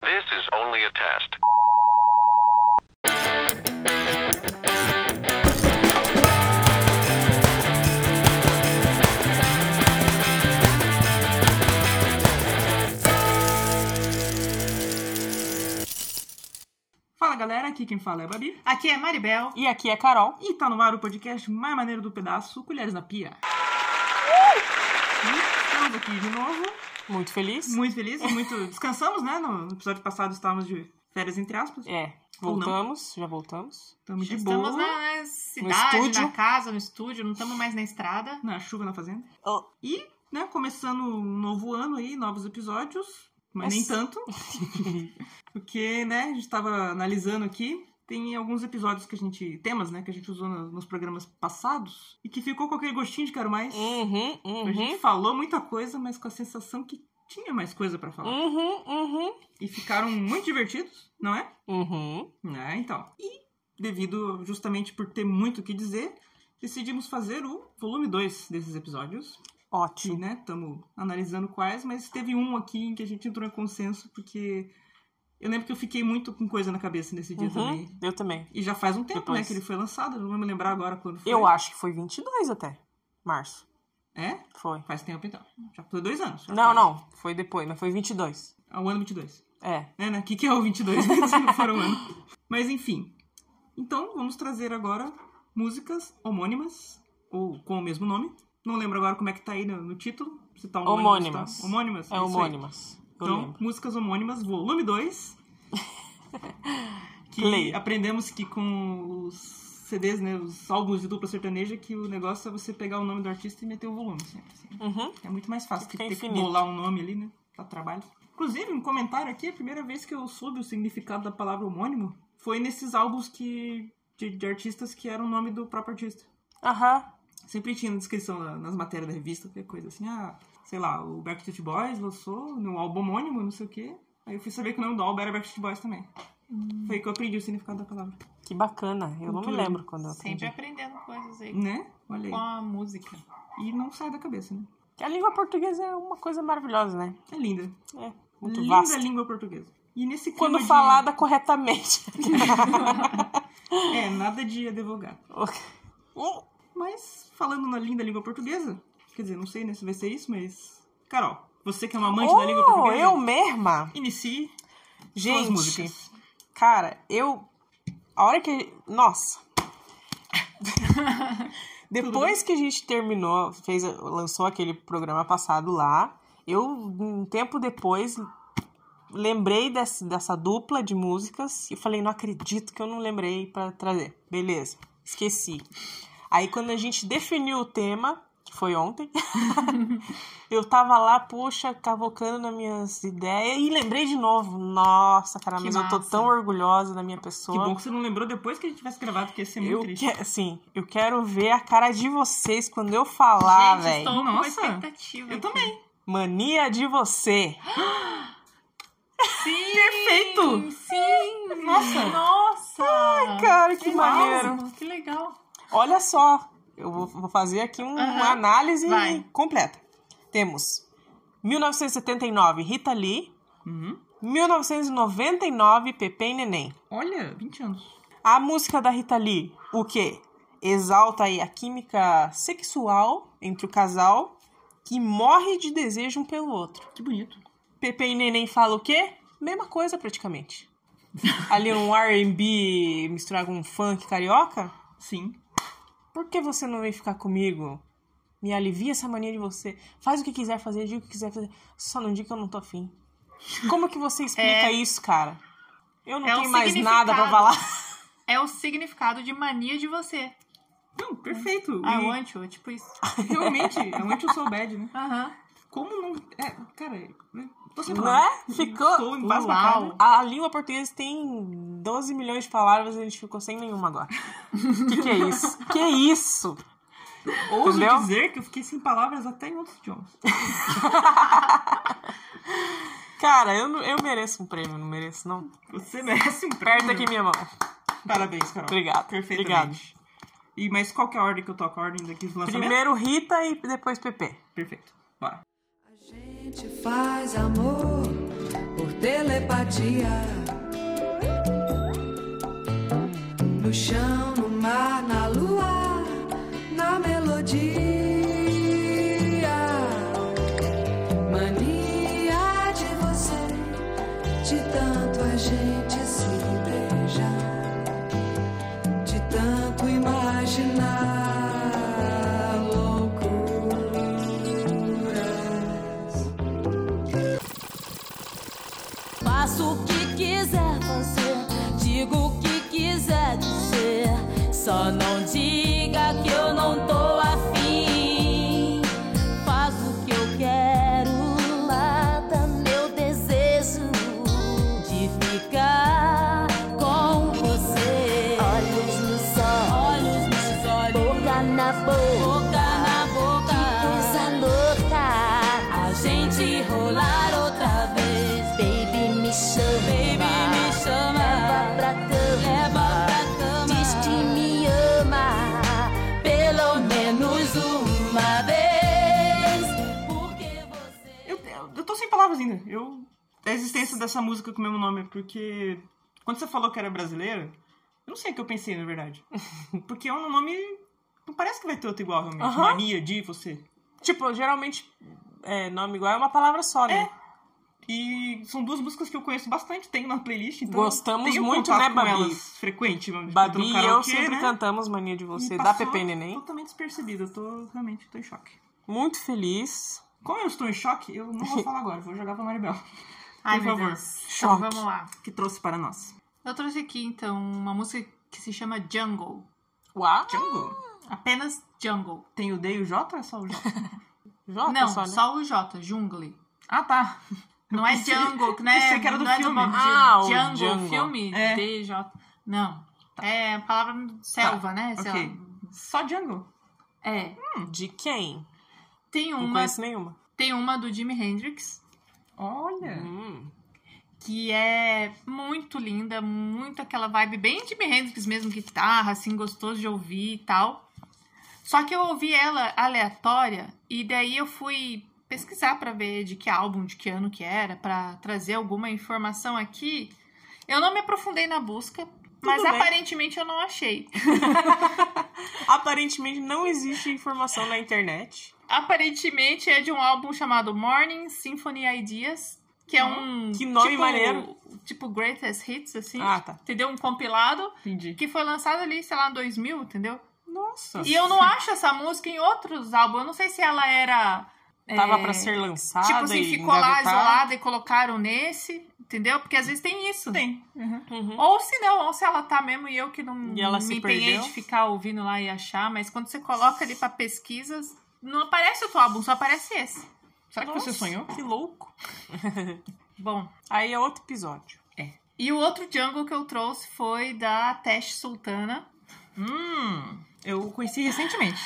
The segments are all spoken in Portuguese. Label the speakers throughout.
Speaker 1: This is only a test.
Speaker 2: Fala galera, aqui quem fala é a Babi.
Speaker 3: Aqui é Maribel.
Speaker 4: E aqui é Carol.
Speaker 2: E tá no ar o podcast mais maneiro do pedaço, Colheres na Pia. E estamos aqui de novo,
Speaker 4: Muito feliz.
Speaker 2: muito felizes, muito. Descansamos, né? No episódio passado estávamos de férias, entre aspas.
Speaker 4: É,
Speaker 2: Ou não.
Speaker 4: voltamos, já voltamos.
Speaker 2: Estamos de
Speaker 3: estamos
Speaker 2: boa.
Speaker 3: na na cidade,
Speaker 4: estúdio.
Speaker 3: na casa, no estúdio, não estamos mais na estrada.
Speaker 2: Na né, chuva, na fazenda.
Speaker 4: Oh.
Speaker 2: E, né, começando um novo ano aí, novos episódios, mas
Speaker 4: Nossa.
Speaker 2: nem tanto. Porque, né, a gente tava analisando aqui, tem alguns episódios que a gente. temas, né, que a gente usou no- nos programas passados e que ficou com aquele gostinho de quero mais.
Speaker 4: Uhum,
Speaker 2: A
Speaker 4: uhum.
Speaker 2: gente falou muita coisa, mas com a sensação que tinha mais coisa pra falar.
Speaker 4: Uhum, uhum.
Speaker 2: E ficaram muito divertidos, não é?
Speaker 4: Uhum.
Speaker 2: É, então. E devido justamente por ter muito o que dizer, decidimos fazer o volume 2 desses episódios. Que,
Speaker 4: Ótimo.
Speaker 2: né, estamos analisando quais, mas teve um aqui em que a gente entrou em consenso, porque eu lembro que eu fiquei muito com coisa na cabeça nesse dia
Speaker 4: Uhum,
Speaker 2: também.
Speaker 4: Eu também.
Speaker 2: E já faz um tempo, né,
Speaker 4: Depois.
Speaker 2: que ele foi lançado, eu não vou me lembrar agora quando foi.
Speaker 4: Eu acho que foi 22 até março.
Speaker 2: É?
Speaker 4: Foi.
Speaker 2: Faz tempo então. Já foi dois anos. já
Speaker 4: Não,
Speaker 2: faz.
Speaker 4: não, foi depois, mas foi 22.
Speaker 2: É o ano 22.
Speaker 4: É.
Speaker 2: né, né? O que, que é o 22 minutos se não for um ano? Mas enfim. Então, vamos trazer agora músicas homônimas, ou com o mesmo nome. Não lembro agora como é que tá aí no, no título. Se tá homônimo,
Speaker 4: Homônimas.
Speaker 2: se tá- Homônimas?
Speaker 4: É
Speaker 2: isso aí.
Speaker 4: homônimas. Eu
Speaker 2: Então,
Speaker 4: lembro.
Speaker 2: músicas homônimas, volume 2. que
Speaker 4: Play.
Speaker 2: aprendemos que com os CDs, né, os álbuns de dupla sertaneja, que o negócio é você pegar o nome do artista e meter o volume sempre. assim.
Speaker 4: Uhum.
Speaker 2: É muito mais fácil que
Speaker 4: Fica
Speaker 2: ter que
Speaker 4: infinito.
Speaker 2: bolar um nome ali, né? Pra trabalho. Inclusive, um comentário aqui, a primeira vez que eu soube o significado da palavra homônimo foi nesses álbuns que de, de artistas que era o nome do próprio artista.
Speaker 4: Aham.
Speaker 2: Sempre tinha na descrição na- nas matérias da revista, qualquer coisa assim, ah, sei lá, o Backstreet Boys lançou no álbum homônimo, não sei o quê. Aí eu fui saber que o nome do álbum era Backstreet Boys também.
Speaker 4: Hum.
Speaker 2: Foi aí que eu aprendi o significado da palavra.
Speaker 4: Que bacana. Eu não me
Speaker 2: Cultura.
Speaker 4: lembro quando eu aprendi.
Speaker 3: Sempre
Speaker 2: é
Speaker 3: aprendendo coisas aí
Speaker 2: Né? Olha
Speaker 3: com
Speaker 2: aí.
Speaker 3: a música.
Speaker 2: E não sai da cabeça, né?
Speaker 4: Que a língua portuguesa é uma coisa maravilhosa, né?
Speaker 2: É linda.
Speaker 4: É. Muito
Speaker 2: linda
Speaker 4: vasta.
Speaker 2: língua portuguesa. E nesse clima
Speaker 4: Quando
Speaker 2: de-
Speaker 4: falada corretamente.
Speaker 2: É, nada de advogado. Mas, falando na linda língua portuguesa, quer dizer, não sei né, se vai ser isso, mas. Carol, você que é uma amante da língua
Speaker 4: oh,
Speaker 2: portuguesa,
Speaker 4: eu mesma?
Speaker 2: inicie suas
Speaker 4: Gente,
Speaker 2: músicas.
Speaker 4: cara, eu. A hora que. Nossa! Depois que a gente terminou, fez, lançou aquele programa passado lá, eu, um tempo depois, lembrei desse- dessa dupla de músicas e falei, não acredito que eu não lembrei pra trazer. Beleza, esqueci. Aí quando a gente definiu o tema, que foi ontem, eu tava lá, poxa, cavocando nas minhas ideias e lembrei de novo. Nossa, cara,
Speaker 3: Que
Speaker 4: mas eu tô
Speaker 3: massa.
Speaker 4: tão orgulhosa da minha
Speaker 2: Que
Speaker 4: pessoa.
Speaker 2: bom que você não lembrou depois que a gente tivesse gravado, porque ia ser muito
Speaker 4: Eu
Speaker 2: triste.
Speaker 4: que, sim, eu quero ver a cara de vocês quando eu falar,
Speaker 3: Gente,
Speaker 4: velho.
Speaker 3: estou com uma
Speaker 2: Nossa.
Speaker 3: expectativa.
Speaker 2: Eu
Speaker 3: aqui.
Speaker 2: também.
Speaker 4: Mania de você.
Speaker 3: Sim,
Speaker 2: Perfeito!
Speaker 3: Sim!
Speaker 2: Nossa.
Speaker 3: Nossa!
Speaker 2: Ah,
Speaker 4: Cara, que
Speaker 3: Uau,
Speaker 4: maneiro.
Speaker 3: Que legal.
Speaker 4: Olha só, eu vou, vou fazer aqui um- uma
Speaker 3: Aham.
Speaker 4: análise
Speaker 3: Vai.
Speaker 4: completa. Temos 1979, Rita Lee.
Speaker 2: Uhum.
Speaker 4: 1999, Pepe e Neném.
Speaker 2: Olha, 20 anos.
Speaker 4: A música da Rita Lee, o quê? Exalta aí a química sexual entre o casal que morre de desejo um pelo outro.
Speaker 2: Que bonito.
Speaker 4: Pepe e Neném fala o quê? Mesma coisa praticamente. Ali um R&B misturado com um funk carioca.
Speaker 2: Sim.
Speaker 4: Por que você não vem ficar comigo? Me alivia essa mania de você. Faz o que quiser fazer, diga o que quiser fazer. Só não diga que eu não tô afim. Como que você explica isso, cara? Eu não
Speaker 3: É o
Speaker 4: tenho mais nada pra falar.
Speaker 3: É o significado de mania de você.
Speaker 2: Não, perfeito.
Speaker 4: Ah,
Speaker 3: I
Speaker 2: E
Speaker 3: want you, é tipo isso.
Speaker 2: realmente, realmente eu sou bad, né?
Speaker 3: Aham.
Speaker 2: Como não. É, cara, eu tô sem
Speaker 4: Não
Speaker 2: palavras.
Speaker 4: é? Ficou-
Speaker 2: Estou embasbacada.
Speaker 3: Uau.
Speaker 4: A língua portuguesa tem 12 milhões de palavras e a gente ficou sem nenhuma agora. que que é isso? Que é isso?
Speaker 2: Ouso
Speaker 4: Entendeu?
Speaker 2: dizer que eu fiquei sem palavras até em outros idiomas.
Speaker 4: Cara, eu, não- eu mereço um prêmio, não mereço, não.
Speaker 2: Você merece um prêmio.
Speaker 4: Aperta aqui minha mão.
Speaker 2: Parabéns, Carol.
Speaker 4: Obrigado.
Speaker 2: Perfeitamente. E, mas qual que é a ordem que eu toco? A ordem daqui do lançamento?
Speaker 4: Primeiro Rita e depois Pepe.
Speaker 2: Perfeito. Bora.
Speaker 5: A gente faz amor
Speaker 1: por telepatia. No chão, no mar, na lua, na melodia. Mania de você, de tanto a gente se beijar, de tanto imaginar loucuras.
Speaker 5: Faço o que quiser fazer, digo o que quiser dizer. Só não diga que eu não tô afim. Faço o que eu quero, mata meu desejo de ficar com você. Olhos nos olhos, nos olhos, boca na boca, na boca. coisa louca, a gente rolar outra vez. Baby me chama, baby me chama, leva pra cama, leva pra cama. Diz que me ama, pelo menos uma vez, porque você.
Speaker 2: Eu, eu, eu tô sem palavras ainda. Eu, a existência dessa música com o mesmo nome, porque quando você falou que era brasileira, eu não sei o que eu pensei, na verdade. Porque é um nome. Não parece que vai ter outro igual, realmente.
Speaker 4: Aham.
Speaker 2: Mania de você.
Speaker 4: Tipo, geralmente é, nome igual é uma palavra só, né?
Speaker 2: É. E são duas músicas que eu conheço bastante, tenho na playlist. Então
Speaker 4: Gostamos
Speaker 2: tenho
Speaker 4: muito,
Speaker 2: contato
Speaker 4: né,
Speaker 2: com
Speaker 4: Babi?
Speaker 2: Elas, frequente. vamos dizer,
Speaker 4: Babi
Speaker 2: no
Speaker 4: e
Speaker 2: karaokê,
Speaker 4: eu sempre
Speaker 2: né?
Speaker 4: cantamos Mania de Você,
Speaker 2: E
Speaker 4: da
Speaker 2: passou
Speaker 4: Pepe Neném.
Speaker 2: Totalmente despercebida, eu tô realmente tô em choque.
Speaker 4: Muito feliz.
Speaker 2: Como eu estou em choque, eu não vou falar agora, vou jogar pra Maribel,
Speaker 3: Ai,
Speaker 2: Por
Speaker 3: meu
Speaker 2: favor.
Speaker 3: Deus. Então,
Speaker 4: Choque.
Speaker 3: vamos lá.
Speaker 2: que trouxe para nós.
Speaker 3: Eu trouxe aqui, então, uma música que se chama Jungle.
Speaker 4: Uau!
Speaker 2: Django.
Speaker 3: Apenas Jungle.
Speaker 2: Tem o D e o J ou é só o J?
Speaker 4: Jota
Speaker 3: não,
Speaker 4: só, né?
Speaker 3: só o J, Jungle.
Speaker 2: ah, tá.
Speaker 3: Não
Speaker 2: Eu
Speaker 3: é
Speaker 2: pensei-
Speaker 3: Django, que não é,
Speaker 2: pensei que era do
Speaker 3: não é
Speaker 2: filme.
Speaker 3: Bob Dylan.
Speaker 4: Ah, o
Speaker 3: Django,
Speaker 4: Django.
Speaker 3: filme,
Speaker 2: É.
Speaker 3: DJ. Não. É a palavra selva, né? Sei
Speaker 2: ok.
Speaker 3: lá.
Speaker 2: Assim, Só Django?
Speaker 3: É.
Speaker 4: De quem?
Speaker 3: Tem
Speaker 4: Não
Speaker 3: uma,
Speaker 4: conheço nenhuma.
Speaker 3: tem uma do Jimi Hendrix,
Speaker 2: Olha.
Speaker 4: Hum.
Speaker 3: que é muito linda, muito aquela vibe bem Jimi Hendrix mesmo, guitarra, assim, gostoso de ouvir e tal. Só que eu ouvi ela aleatória e daí eu fui pesquisar pra ver de que álbum, de que ano que era, pra trazer alguma informação aqui. Eu não me aprofundei na busca, mas
Speaker 4: bem.
Speaker 3: aparentemente eu não achei.
Speaker 4: Aparentemente não existe informação na internet.
Speaker 3: Aparentemente é de um álbum chamado Morning Symphony Ideas, que é um
Speaker 4: que Hum, nome maneiro.
Speaker 3: tipo Greatest Hits assim.
Speaker 4: Ah, tá.
Speaker 3: Entendeu? Um compilado
Speaker 2: Entendi.
Speaker 3: que foi lançado ali, sei lá, em 2000, entendeu?
Speaker 4: Nossa.
Speaker 3: E eu não acho essa música em outros álbuns. Eu não sei se ela era.
Speaker 4: Tava
Speaker 3: é,
Speaker 4: pra ser lançada.
Speaker 3: Tipo assim,
Speaker 4: e tá.
Speaker 3: ficou lá
Speaker 4: engavetaram.
Speaker 3: isolada e colocaram nesse, entendeu? Porque às vezes tem isso.
Speaker 2: Tem. Uhum.
Speaker 4: Uhum.
Speaker 3: Ou se não, ou se ela tá mesmo e eu que não
Speaker 4: E ela
Speaker 3: me
Speaker 4: se
Speaker 3: empenhei
Speaker 4: perdeu?
Speaker 3: de ficar ouvindo lá e achar, mas quando você coloca ali pra pesquisas, não aparece o teu álbum, só aparece esse.
Speaker 2: Será que você
Speaker 4: Nossa,
Speaker 2: sonhou?
Speaker 4: é Que louco.
Speaker 3: Bom,
Speaker 4: Aí é outro episódio.
Speaker 3: e o outro jungle que eu trouxe foi da Tesh Sultana.
Speaker 2: Hum. Eu conheci recentemente.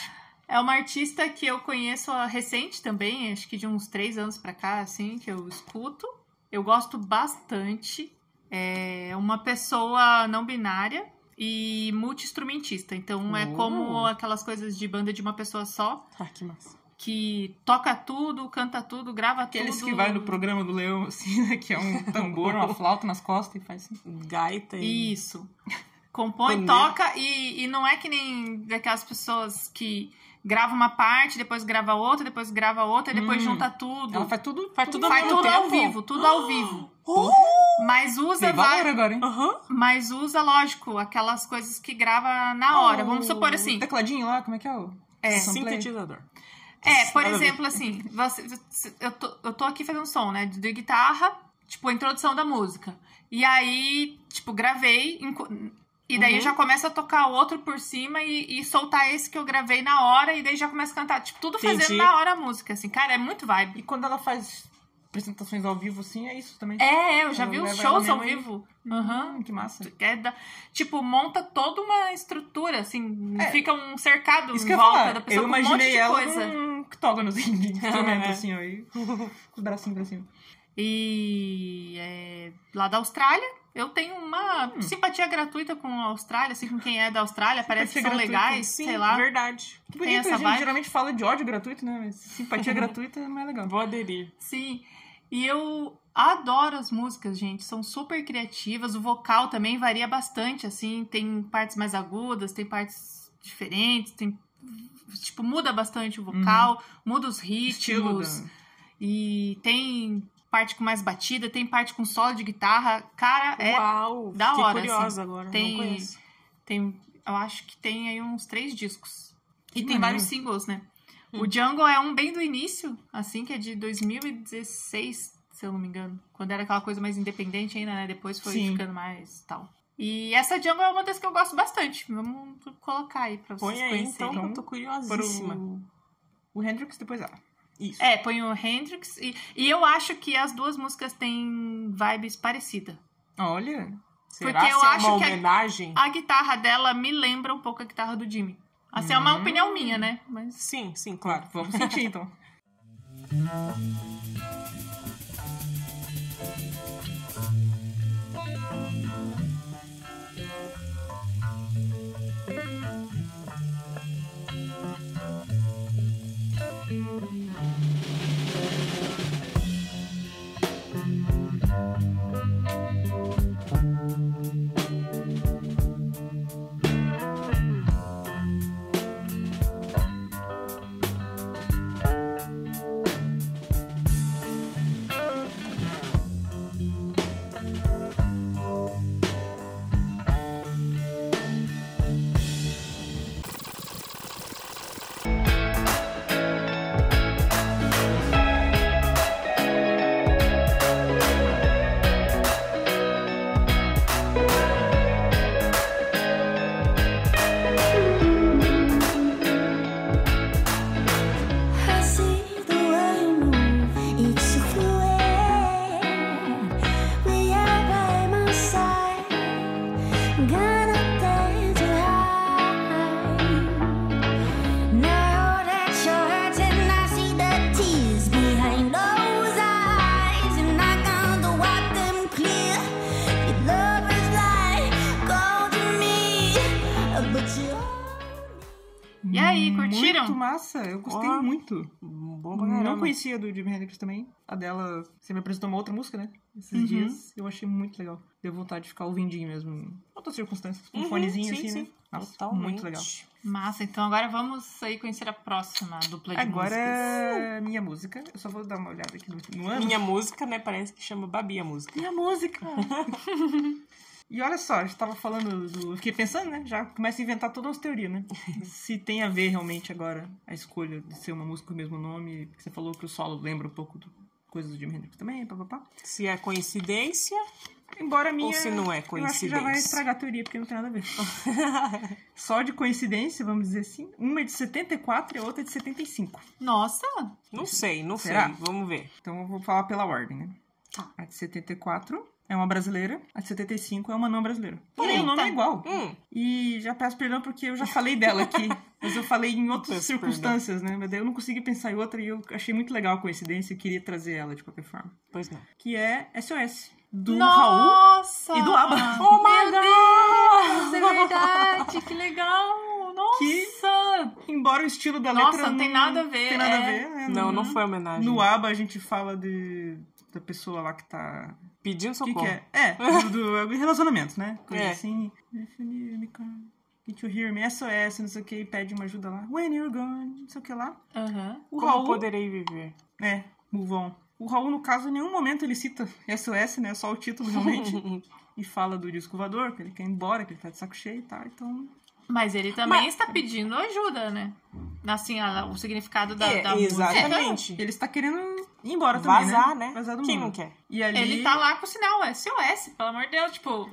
Speaker 3: É uma artista que eu conheço ó, recente também, acho que de uns três anos pra cá, assim, que eu escuto. Eu gosto bastante. É uma pessoa não binária e multi-instrumentista. Então é
Speaker 2: Oh.
Speaker 4: Uh.
Speaker 3: como aquelas coisas de banda de uma pessoa só.
Speaker 4: Ah, que massa.
Speaker 3: que toca tudo, canta tudo, grava
Speaker 2: Aqueles
Speaker 3: tudo.
Speaker 2: que vai no programa do Leão, assim, né, que é um tambor, uma flauta nas costas e faz assim.
Speaker 4: Gaita e...
Speaker 3: Isso. Compõe,
Speaker 4: Pandeiro.
Speaker 3: toca e, e não é que nem daquelas pessoas que grava uma parte, depois grava outra, depois grava outra e depois
Speaker 2: Hum.
Speaker 3: junta tudo.
Speaker 2: Ela faz tudo.
Speaker 4: Faz tudo ao
Speaker 3: Faz
Speaker 4: mesmo
Speaker 3: tudo ao
Speaker 4: tempo?
Speaker 3: vivo, tudo ao vivo.
Speaker 4: Oh!
Speaker 3: Mas usa
Speaker 2: Tem valor
Speaker 3: vai,
Speaker 2: agora, hein?
Speaker 4: Aham.
Speaker 3: mas usa, lógico, aquelas coisas que grava na hora. Vamos supor assim.
Speaker 2: Tecladinho lá, como é que é o.
Speaker 3: É.
Speaker 4: Sintetizador.
Speaker 3: É, por
Speaker 4: Nada a ver.
Speaker 3: exemplo, assim, você- você- eu, tô, eu tô aqui fazendo som, né? De, de guitarra, tipo, a introdução da música. E aí, tipo, gravei. enco- E daí
Speaker 4: Uhum.
Speaker 3: eu já começo a tocar outro por cima e, e soltar esse que eu gravei na hora, e daí já começo a cantar. Tipo, tudo fazendo
Speaker 4: Entendi.
Speaker 3: na hora a música, assim. Cara, é muito vibe.
Speaker 2: E quando ela faz apresentações ao vivo, assim, é isso também.
Speaker 3: É, é, eu já
Speaker 2: Ela
Speaker 3: vi os
Speaker 2: leva
Speaker 3: shows
Speaker 2: ela
Speaker 3: ao
Speaker 2: mesmo e-
Speaker 3: vivo. Aham.
Speaker 2: Hum, que massa.
Speaker 3: É da- tipo, monta toda uma estrutura, assim,
Speaker 2: É.
Speaker 3: fica um cercado
Speaker 2: Isso que
Speaker 3: em
Speaker 2: eu ia
Speaker 3: volta
Speaker 2: falar.
Speaker 3: da pessoa
Speaker 2: Eu
Speaker 3: com um monte
Speaker 2: imaginei
Speaker 3: de
Speaker 2: ela
Speaker 3: coisa.
Speaker 2: com um octógonozinho de instrumento,
Speaker 4: É.
Speaker 2: assim, ó. E... Com os bracinhos pra cima.
Speaker 3: E é, lá da Austrália, eu tenho uma
Speaker 2: Hum.
Speaker 3: simpatia gratuita com a Austrália, assim, com quem é da Austrália, parece que são
Speaker 2: gratuita,
Speaker 3: legais,
Speaker 4: Sim,
Speaker 3: sei lá.
Speaker 4: verdade.
Speaker 2: Que
Speaker 3: Tem
Speaker 2: bonito,
Speaker 3: essa
Speaker 2: a gente
Speaker 3: vibe?
Speaker 2: geralmente fala de ódio gratuito, né? Mas simpatia gratuita é mais legal.
Speaker 4: Vou aderir.
Speaker 3: Sim. E eu Adoro as músicas, gente. São super criativas. O vocal também varia bastante, assim. Tem partes mais agudas, tem partes diferentes, tem. Tipo, muda bastante o vocal, muda os
Speaker 2: Uhum. Estilo
Speaker 3: ritmos.
Speaker 2: da-
Speaker 3: E tem parte com mais batida, tem parte com solo de guitarra. Cara, é
Speaker 4: Uau!
Speaker 3: da
Speaker 4: fiquei
Speaker 3: hora,
Speaker 4: curiosa
Speaker 3: assim.
Speaker 4: agora.
Speaker 3: Tem-
Speaker 4: Não conheço.
Speaker 3: Tem, eu acho que tem aí uns três discos. E
Speaker 2: Que
Speaker 3: tem
Speaker 2: maneiro.
Speaker 3: vários singles, né? O Jungle é um bem do início, assim, que é de 2016, se eu não me engano. Quando era aquela coisa mais independente ainda, né? Depois foi
Speaker 2: Sim.
Speaker 3: ficando mais tal. E essa Jungle é uma das que eu gosto bastante. Vamos colocar aí pra vocês
Speaker 4: Põe aí,
Speaker 3: conhecerem.
Speaker 4: então, que eu tô
Speaker 2: Então,
Speaker 4: curiosíssima.
Speaker 2: O Hendrix depois ela.
Speaker 4: Isso.
Speaker 3: É, põe o Hendrix. E, e eu acho que as duas músicas têm vibes parecidas.
Speaker 2: Olha,
Speaker 4: Será
Speaker 3: porque eu
Speaker 4: se é
Speaker 3: acho
Speaker 4: uma
Speaker 3: que Ah. a-
Speaker 4: homenagem?
Speaker 3: A guitarra dela me lembra um pouco a guitarra do Jimmy. Assim, é uma
Speaker 2: Hum.
Speaker 3: opinião minha, né? Mas
Speaker 4: Sim, sim,
Speaker 2: claro, vamos
Speaker 4: claro.
Speaker 2: sentir então.
Speaker 6: I see the way you It's fluent. We are by my side. Gonna take you high. Now that you're hurting, I see the tears behind those eyes, and I gotta wipe them clear. Your love is like gold to me, but you.
Speaker 3: E aí, curtiram?
Speaker 2: Muito massa, eu gostei
Speaker 4: Ó.
Speaker 2: muito.
Speaker 4: Bom pra caramba.
Speaker 2: Não conhecia do Jimi Hendrix também. A dela, você me apresentou uma outra música, né? Esses
Speaker 3: Uhum.
Speaker 2: dias. Eu achei muito legal. Deu vontade de ficar ouvindo mesmo. Em outras circunstâncias. Com um
Speaker 4: Uhum,
Speaker 2: fonezinho
Speaker 4: sim,
Speaker 2: assim, né?
Speaker 4: sim.
Speaker 2: Nossa,
Speaker 4: Totalmente.
Speaker 2: muito legal.
Speaker 3: Massa, então agora vamos aí conhecer a próxima dupla de
Speaker 2: Agora
Speaker 3: músicas.
Speaker 2: é minha música. Eu só vou dar uma olhada aqui no, no ano.
Speaker 4: Minha música, né? Parece que chama Babi a música.
Speaker 2: Minha música! e olha só, a gente tava falando do. Fiquei pensando, né? Já começa a inventar todas as teorias, né? Se tem a ver realmente agora a escolha de ser uma música com o mesmo nome. Porque você falou que o solo lembra um pouco do... coisas do Jimi Hendrix também, papapá.
Speaker 4: Se é coincidência,
Speaker 2: Embora a minha.
Speaker 4: se não é
Speaker 2: Eu acho que já vai
Speaker 4: coincidência.
Speaker 2: estragar a teoria, porque não tem nada a ver. Só de coincidência, vamos dizer assim. Uma é de 74 e a outra é de 75.
Speaker 3: Uh, Nossa!
Speaker 4: não sei, não
Speaker 2: Será?
Speaker 4: sei. Vamos ver.
Speaker 2: Então eu vou falar pela ordem, né?
Speaker 3: Tá.
Speaker 2: A de 74 é uma brasileira, a de 75 é uma não brasileira.
Speaker 3: Porém,
Speaker 2: Porém, o nome
Speaker 3: tá.
Speaker 2: é igual.
Speaker 4: Hum,
Speaker 2: E já peço perdão porque eu já falei dela aqui. mas eu falei em outras
Speaker 4: Peço
Speaker 2: circunstâncias, né? Mas daí eu não consegui pensar em outra e eu achei muito legal a coincidência e queria trazer ela de qualquer forma.
Speaker 4: pois não.
Speaker 2: Que é SOS, do Raul.
Speaker 3: Nossa!
Speaker 2: e do ABBA.
Speaker 3: Oh my
Speaker 4: Meu
Speaker 3: Deus! É verdade! Que legal! Nossa!
Speaker 2: Embora o estilo da
Speaker 3: Nossa,
Speaker 2: letra
Speaker 3: não tem nada a ver,
Speaker 2: Tem nada
Speaker 3: é.
Speaker 2: a ver, né?
Speaker 4: Não, não foi homenagem.
Speaker 2: No ABBA a gente fala de da pessoa lá que tá
Speaker 4: Pedindo
Speaker 2: O que,
Speaker 4: socorro.
Speaker 2: que é? É, do, do- do relacionamento, né? Coisa
Speaker 4: É.
Speaker 2: assim. If you need me, come. Can't you hear me? SOS, não sei o que, e pede uma ajuda lá. When you're gone, não sei o que lá.
Speaker 3: Aham.
Speaker 2: O
Speaker 4: Como
Speaker 2: Raul.
Speaker 4: poderei viver?
Speaker 2: É, move on. O Raul, no caso, em nenhum momento ele cita SOS, né? Só o título realmente. e fala do disco voador, que ele quer ir embora, que ele tá de saco cheio e tal. Então.
Speaker 3: Mas ele também está pedindo ajuda, né? Assim, a- o significado da,
Speaker 4: É,
Speaker 3: da
Speaker 4: exatamente.
Speaker 2: Ele está querendo ir embora também.
Speaker 4: Vazar, né?
Speaker 2: Vazar do
Speaker 4: Quem
Speaker 2: mundo.
Speaker 4: não quer?
Speaker 2: E ali.
Speaker 3: música. Ele tá lá com o sinal, SOS, pelo amor de Deus. Tipo,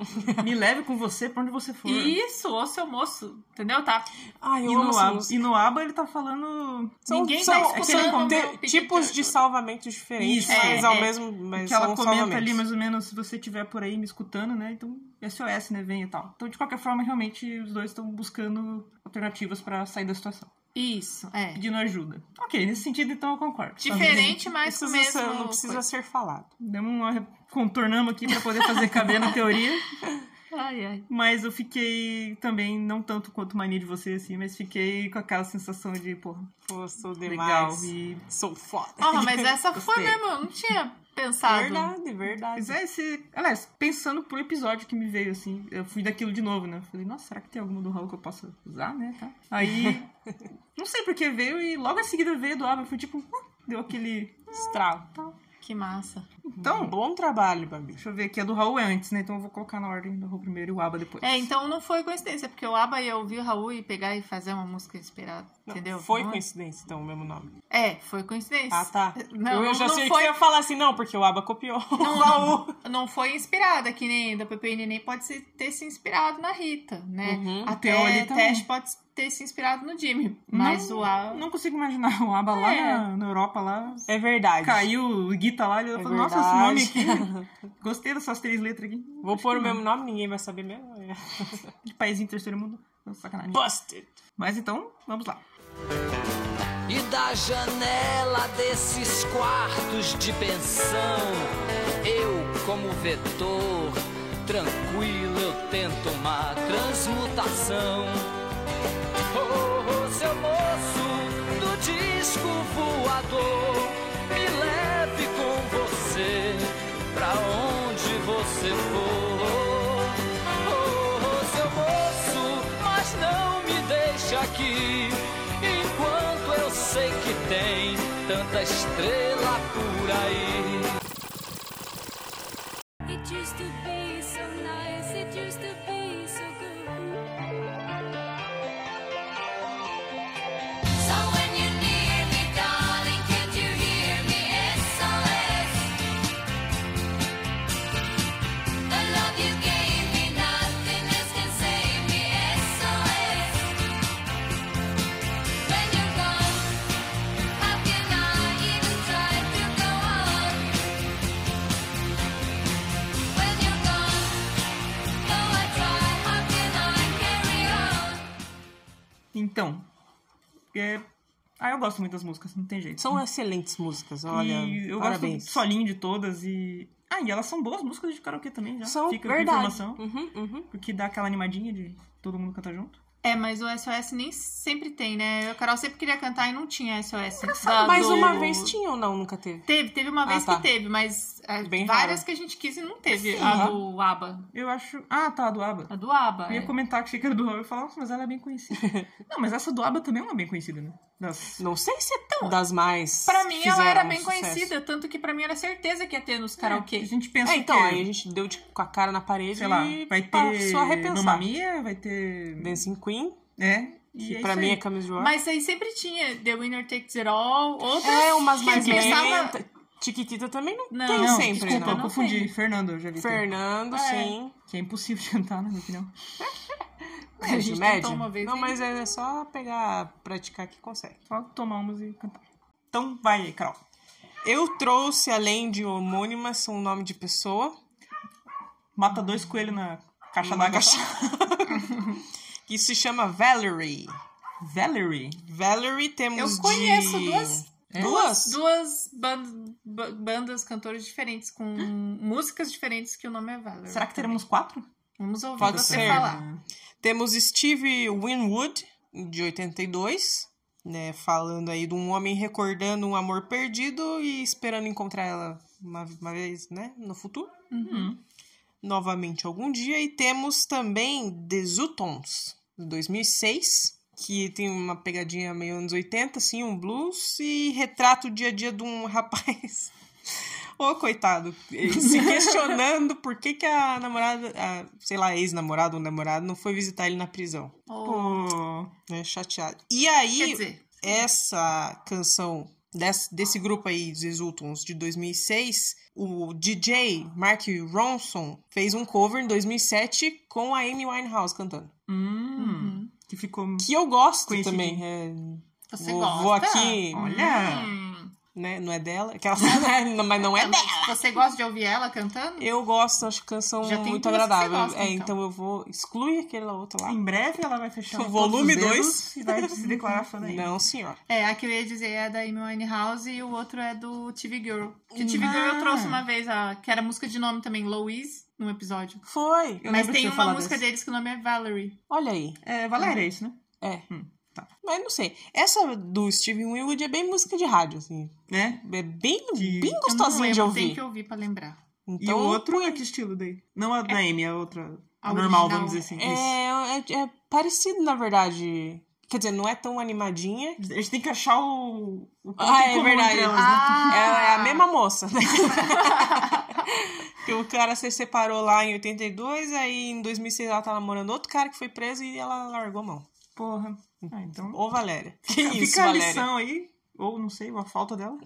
Speaker 2: Me leve com você pra onde você for.
Speaker 3: isso, ô seu moço, entendeu? Tá
Speaker 4: Ai,
Speaker 2: E
Speaker 4: Ah, eu amo
Speaker 2: no,
Speaker 4: essa
Speaker 2: aba,
Speaker 4: música.
Speaker 2: e no aba ele tá falando
Speaker 3: Ninguém tá
Speaker 4: são,
Speaker 3: escutando
Speaker 4: são
Speaker 3: o
Speaker 4: te-
Speaker 3: meu pedido
Speaker 4: tipos
Speaker 3: de
Speaker 4: de
Speaker 3: ajuda.
Speaker 4: salvamentos diferentes,
Speaker 2: né? é. Isso,
Speaker 4: mas
Speaker 3: é,
Speaker 4: ao
Speaker 3: é.
Speaker 4: mesmo mas
Speaker 2: que ela
Speaker 4: são
Speaker 2: comenta
Speaker 4: salvamentos.
Speaker 2: ali é mais ou menos se você tiver por aí me escutando, né? Então, SOS, né, vem e tal. Então, de qualquer forma, realmente os dois estão buscando alternativas pra sair da situação,
Speaker 3: isso, é.
Speaker 2: pedindo ajuda. OK, nesse sentido então eu concordo. Tá vendo?
Speaker 3: Diferente, mas com o
Speaker 4: Precisa
Speaker 3: mesmo...
Speaker 4: ser- não precisa ser falado.
Speaker 2: Demos uma contornamos aqui pra poder fazer caber na teoria,
Speaker 3: Ai, ai.
Speaker 2: mas eu fiquei também não tanto quanto mania de você assim, mas fiquei com aquela sensação de, porra,
Speaker 4: Pô, sou
Speaker 2: legal
Speaker 4: demais.
Speaker 2: e
Speaker 4: Sou foda.
Speaker 3: Ah, mas essa foi
Speaker 2: Gostei.
Speaker 3: mesmo, eu não tinha pensado.
Speaker 4: Verdade, verdade.
Speaker 2: Mas é esse. Aliás, pensando pro episódio que me veio, assim, eu fui daquilo de novo, né? Falei, nossa, será que tem alguma do Raul que eu possa usar, né? Tá. Aí. não sei porque veio e logo em seguida veio do Abra. Fui tipo, "Ah", deu aquele estralo.
Speaker 3: Que massa.
Speaker 4: Então, bom trabalho, Babi.
Speaker 2: Deixa eu ver aqui, a do Raul é antes, né? Então eu vou colocar na ordem do Raul primeiro e o Aba depois.
Speaker 3: É, então não foi coincidência, porque o Aba ia ouvir o Raul e pegar e fazer uma música inspirada.
Speaker 4: Não,
Speaker 3: entendeu?
Speaker 4: Foi
Speaker 3: Não-
Speaker 4: coincidência, então, o mesmo nome.
Speaker 3: É, foi coincidência.
Speaker 4: Ah, tá.
Speaker 3: Não,
Speaker 4: eu já
Speaker 3: não
Speaker 4: sei
Speaker 3: foi-
Speaker 4: que eu ia falar assim, não, porque o Aba copiou.
Speaker 3: Não, não, não foi inspirada, que nem da Pepe e Neném pode se- ter se inspirado na Rita, né?
Speaker 4: Uhum.
Speaker 3: Até
Speaker 2: Tem ali
Speaker 3: o
Speaker 2: também.
Speaker 3: Teste pode ter se inspirado no Jimmy. Mas
Speaker 2: não,
Speaker 3: o A.
Speaker 2: Não consigo imaginar o Aba lá
Speaker 3: É.
Speaker 2: na, na Europa, lá.
Speaker 4: É verdade.
Speaker 2: Caiu o Guita lá, ele
Speaker 4: É
Speaker 2: falou, nossa, esse nome aqui.
Speaker 4: verdade.
Speaker 2: Gostei dessas três letras aqui.
Speaker 4: Vou pôr o mesmo nome, ninguém vai saber mesmo. É.
Speaker 2: De país em terceiro mundo. Sacanagem.
Speaker 4: Busted!
Speaker 2: Mas então, vamos lá.
Speaker 7: E da janela desses quartos de pensão, eu, como vetor, tranquilo eu tento uma transmutação. Oh, oh, seu moço do disco voador, me leve com você pra onde você for. Oh, oh, seu moço, mas não me deixe aqui, enquanto eu sei que tem tanta estrela por aí.
Speaker 5: It used to be so nice, it used to be so good. So when you're near me, darling, can't you hear me? SOS. The love you gave me, nothing else can save me. SOS. When you're gone, how can I even try to go on? When you're gone, though I try, how can I carry on?
Speaker 2: Então. É... Ah, eu gosto muito das músicas, não tem jeito.
Speaker 4: São excelentes músicas, olha.
Speaker 2: E eu
Speaker 4: parabéns.
Speaker 2: gosto do solinho de todas e. Ah, e elas são boas músicas de karaokê também, já.
Speaker 4: São
Speaker 2: Fica com
Speaker 4: verdade.
Speaker 2: informação.
Speaker 4: Uhum, uhum.
Speaker 2: Porque dá aquela animadinha de todo mundo cantar junto.
Speaker 3: É, mas o SOS nem sempre tem, né? Eu, a Carol sempre queria cantar e não tinha SOS. da-
Speaker 4: Mas
Speaker 3: do-
Speaker 4: uma vez tinha ou não? Nunca teve.
Speaker 3: Teve, teve uma
Speaker 4: Ah,
Speaker 3: vez
Speaker 4: tá.
Speaker 3: que teve, mas é,
Speaker 4: Bem
Speaker 3: várias
Speaker 4: raro.
Speaker 3: que a gente quis e não teve.
Speaker 4: Sim.
Speaker 3: a do ABBA.
Speaker 2: Eu acho. Ah, tá, a do ABBA.
Speaker 3: A do ABBA.
Speaker 4: Ah,
Speaker 2: Eu ia
Speaker 3: é.
Speaker 2: comentar que achei que era do Raul e falar, nossa, mas ela é bem conhecida. não, mas essa do ABBA também é uma bem conhecida, né? Das...
Speaker 4: Não sei se é tão das mais.
Speaker 3: Pra mim,
Speaker 4: que
Speaker 3: ela era
Speaker 4: fizeram um
Speaker 3: bem
Speaker 4: sucesso.
Speaker 3: conhecida, tanto que pra mim era certeza que ia ter nos
Speaker 2: A
Speaker 3: karaokê.
Speaker 2: gente pensa
Speaker 4: É, então,
Speaker 2: que,
Speaker 4: aí a gente deu de- com a cara na parede
Speaker 2: sei lá,
Speaker 4: e
Speaker 2: vai ter
Speaker 4: passou a repensar.
Speaker 2: Mamma Mia, vai ter...
Speaker 4: Dancing Queen,
Speaker 2: É, e
Speaker 4: que
Speaker 2: é
Speaker 4: pra
Speaker 2: isso
Speaker 4: mim
Speaker 2: aí.
Speaker 4: é Camis Rock.
Speaker 3: Mas aí sempre tinha The Winner Takes It All, outras
Speaker 4: É, umas mais
Speaker 3: que começava-
Speaker 4: lentas. Tiquitita também não,
Speaker 3: Não,
Speaker 4: tem
Speaker 2: Não,
Speaker 4: sempre,
Speaker 2: desculpa,
Speaker 4: né?
Speaker 2: eu
Speaker 3: não
Speaker 2: confundi.
Speaker 3: tem.
Speaker 2: Fernando, eu já vi. também.
Speaker 4: Fernando,
Speaker 3: Então, É.
Speaker 4: sim.
Speaker 2: Que é impossível jantar, na minha opinião.
Speaker 3: A gente
Speaker 4: Médio,
Speaker 3: tentou
Speaker 4: médio.
Speaker 3: uma vez
Speaker 4: não,
Speaker 3: e-
Speaker 4: mas é só pegar, praticar que consegue.
Speaker 2: Só tomar umas e cantar. Então, vai aí, Carol.
Speaker 4: Eu trouxe, além de homônimas, um nome de pessoa.
Speaker 2: Mata dois coelhos na caixa
Speaker 3: Uhum.
Speaker 2: d'água.
Speaker 4: que se chama Valerie.
Speaker 2: Valerie.
Speaker 4: Valerie temos
Speaker 3: Eu conheço
Speaker 4: de-
Speaker 3: duas-
Speaker 4: Duas?
Speaker 3: duas bandas, ba- bandas cantores diferentes com músicas diferentes que o nome é Valerie.
Speaker 2: Será que teremos quatro?
Speaker 3: Vamos ouvir
Speaker 4: Pode
Speaker 3: você
Speaker 4: ser.
Speaker 3: falar.
Speaker 4: Temos Steve Winwood, de 82, né? Falando aí de um homem recordando um amor perdido e esperando encontrar ela uma, uma vez, né? No futuro. Novamente algum dia. E temos também The Zutons, de 2006. Que tem uma pegadinha meio anos 80, assim, um blues, e retrata o dia a dia de um rapaz. Ô, coitado, se questionando por que, que a namorada, a, sei lá, ex-namorada ou namorado, não foi visitar ele na prisão.
Speaker 3: Ou-
Speaker 2: Pô,
Speaker 4: Né? Chateado. E
Speaker 3: Quer
Speaker 4: aí,
Speaker 3: dizer,
Speaker 4: essa canção desse, desse grupo aí, os Exultons, de 2006, o DJ Mark Ronson fez um cover em 2007 com a Amy Winehouse cantando.
Speaker 2: Hum,
Speaker 3: uhum.
Speaker 2: que ficou...
Speaker 4: Que eu gosto
Speaker 2: Coincidência.
Speaker 4: também. é,
Speaker 3: você
Speaker 4: vou,
Speaker 3: gosta?
Speaker 4: vou aqui,
Speaker 2: Olha,
Speaker 3: Hum.
Speaker 4: né? Não é dela. Aquela, não é- mas não é dela. É.
Speaker 3: Você gosta de ouvir ela cantando?
Speaker 4: Eu gosto, acho canção
Speaker 3: Já tem
Speaker 4: muito
Speaker 3: duas que você
Speaker 4: agradável.
Speaker 3: gosta,
Speaker 4: é,
Speaker 3: então.
Speaker 4: então. eu vou excluir aquela outra lá.
Speaker 2: em breve ela vai fechar
Speaker 4: O
Speaker 2: todos
Speaker 4: volume
Speaker 2: os dedos
Speaker 4: dois.
Speaker 2: e vai se declarar fã daí.
Speaker 4: Não, senhor.
Speaker 3: É, a que eu ia dizer é a da Amy Winehouse e o outro é do TV Girl. Que TV
Speaker 2: Ah.
Speaker 3: Girl eu trouxe uma vez, a, que era música de nome também, Louise, num episódio.
Speaker 4: Foi.
Speaker 2: Eu lembro
Speaker 3: Mas
Speaker 2: que
Speaker 3: tem
Speaker 2: eu
Speaker 3: uma
Speaker 2: falava
Speaker 3: música
Speaker 2: dessa.
Speaker 3: deles que o nome é Valerie.
Speaker 4: Olha aí.
Speaker 2: É, Valéria, é isso, né?
Speaker 4: É.
Speaker 2: tá.
Speaker 4: Mas não sei. Essa do Steven Winwood é bem música de rádio, assim.
Speaker 2: Né?
Speaker 4: É bem,
Speaker 2: Que-
Speaker 4: bem
Speaker 3: eu não
Speaker 4: gostosinha
Speaker 3: lembro,
Speaker 4: de
Speaker 3: Tem
Speaker 4: ouvir.
Speaker 3: que ouvir pra lembrar.
Speaker 2: E
Speaker 4: Então,
Speaker 2: o outro é que estilo daí? Não a da Amy, a outra.
Speaker 3: A
Speaker 2: A normal,
Speaker 3: original.
Speaker 2: vamos dizer assim. Isso.
Speaker 4: É, é, é parecido, na verdade. Quer dizer, não é tão animadinha.
Speaker 2: A gente tem que achar o. o ponto
Speaker 4: Ah,
Speaker 2: em
Speaker 4: é
Speaker 2: comum
Speaker 4: verdade.
Speaker 2: entre elas, né?
Speaker 3: Ah,
Speaker 4: Ela é a mesma moça, né? que o cara se separou lá em 82, aí em 2006 ela tá namorando outro cara que foi preso e ela largou a mão.
Speaker 2: Porra. Ah, então.
Speaker 4: Ô, Valéria. Que
Speaker 2: Fica
Speaker 4: isso,
Speaker 2: a
Speaker 4: Valéria?
Speaker 2: lição aí. Ou não sei, a falta dela.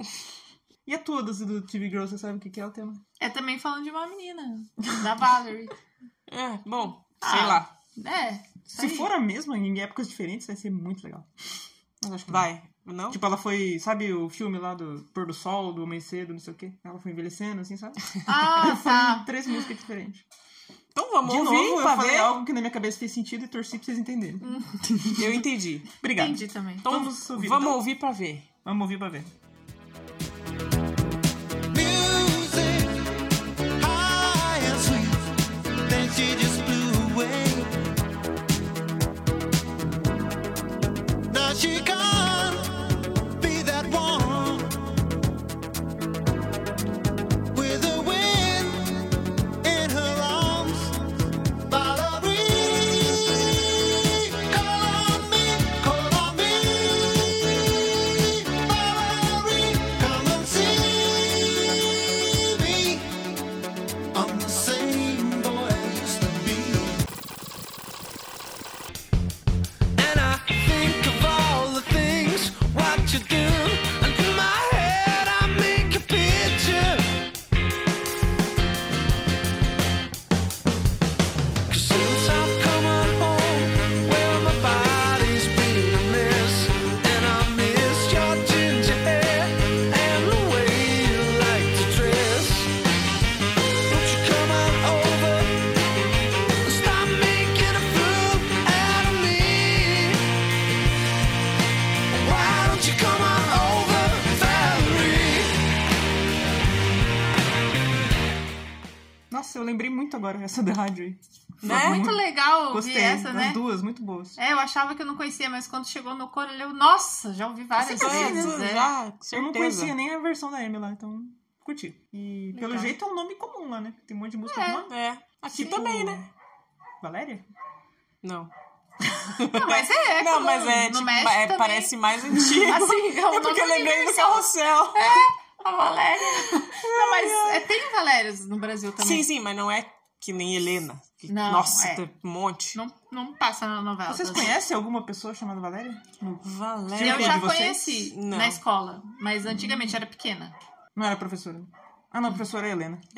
Speaker 2: E a tua do, do TV Girl, você sabe o que, que é o tema?
Speaker 3: É também falando de uma menina, da Valerie.
Speaker 4: É, bom, sei
Speaker 3: Ah.
Speaker 4: lá.
Speaker 3: né? Isso
Speaker 2: Se
Speaker 3: aí.
Speaker 2: for a mesma, em épocas diferentes, vai ser muito legal. Mas acho que não.
Speaker 4: Vai. Não?
Speaker 2: Tipo, ela foi, sabe o filme lá do Pôr do Sol, do Homem Cedo, não sei o quê? Ela foi envelhecendo, assim, sabe?
Speaker 3: Ah,
Speaker 2: Foi
Speaker 3: tá.
Speaker 2: três músicas diferentes.
Speaker 4: Então vamos
Speaker 2: De
Speaker 4: ouvir
Speaker 2: novo,
Speaker 4: pra
Speaker 2: eu falei
Speaker 4: ver.
Speaker 2: algo que na minha cabeça fez sentido e torci pra vocês entenderem.
Speaker 4: Eu entendi.
Speaker 2: Obrigado.
Speaker 3: Entendi também.
Speaker 4: Então
Speaker 2: Vamos
Speaker 4: vamos
Speaker 2: ouvir,
Speaker 4: ouvir,
Speaker 2: então.
Speaker 4: pra ver.
Speaker 2: Vamos ouvir pra ver.
Speaker 8: Music, high and sweet, then she just flew away. Now she can't be that one with the wind in her arms. Valerie, call on me, call on me. Valerie, come and see me. I'm the same boy I used to be.
Speaker 7: And I think of all the things what you do. And in my head, I make a picture. Cause since I've come on home, well, my body's been a mess. And I miss your ginger hair and the way you like to dress. Won't you come on over? Stop making a fool out of me. Why don't you come on over, Valerie?
Speaker 2: Nossa, eu lembrei muito agora essa da rádio aí.
Speaker 4: Né?
Speaker 3: Foi
Speaker 4: Então,
Speaker 3: muito legal ouvir
Speaker 2: Gostei.
Speaker 3: essa,
Speaker 2: as
Speaker 3: né?
Speaker 2: duas, muito boas.
Speaker 3: É, eu achava que eu não conhecia, mas quando chegou no coro, eu, nossa, já ouvi várias vezes.
Speaker 4: Conhece,
Speaker 3: né?
Speaker 4: assim já, com certeza.
Speaker 2: Eu não conhecia nem a versão da Amy lá, então curti. E pelo
Speaker 3: Legal.
Speaker 2: jeito é um nome comum lá, né? Tem um monte de música
Speaker 3: É.
Speaker 2: com nome.
Speaker 4: É. Aqui
Speaker 3: Sim.
Speaker 4: também, né?
Speaker 2: Valéria?
Speaker 4: Não.
Speaker 3: Não, mas é, é
Speaker 4: não,
Speaker 3: comum.
Speaker 4: mas é,
Speaker 3: no
Speaker 4: tipo,
Speaker 3: México
Speaker 4: é,
Speaker 3: também.
Speaker 4: parece mais antigo.
Speaker 3: Assim, é um
Speaker 4: é porque eu
Speaker 3: nome
Speaker 4: lembrei do
Speaker 3: universal.
Speaker 4: carrossel.
Speaker 3: A Valéria. Não, mas é, tem Valérias no Brasil também.
Speaker 4: Sim, sim, mas não é que nem Helena. Que-
Speaker 3: Não,
Speaker 4: Nossa,
Speaker 3: é.
Speaker 4: tem um monte.
Speaker 3: Não, não passa na novela. tá?
Speaker 2: Vocês conhecem alguma pessoa chamada Valéria?
Speaker 4: Valéria.
Speaker 3: Eu
Speaker 2: Algum
Speaker 3: já
Speaker 2: de vocês?
Speaker 3: conheci
Speaker 4: Não.
Speaker 3: na escola, mas antigamente era pequena.
Speaker 2: Não era professora. Ah, não, a professora é Helena.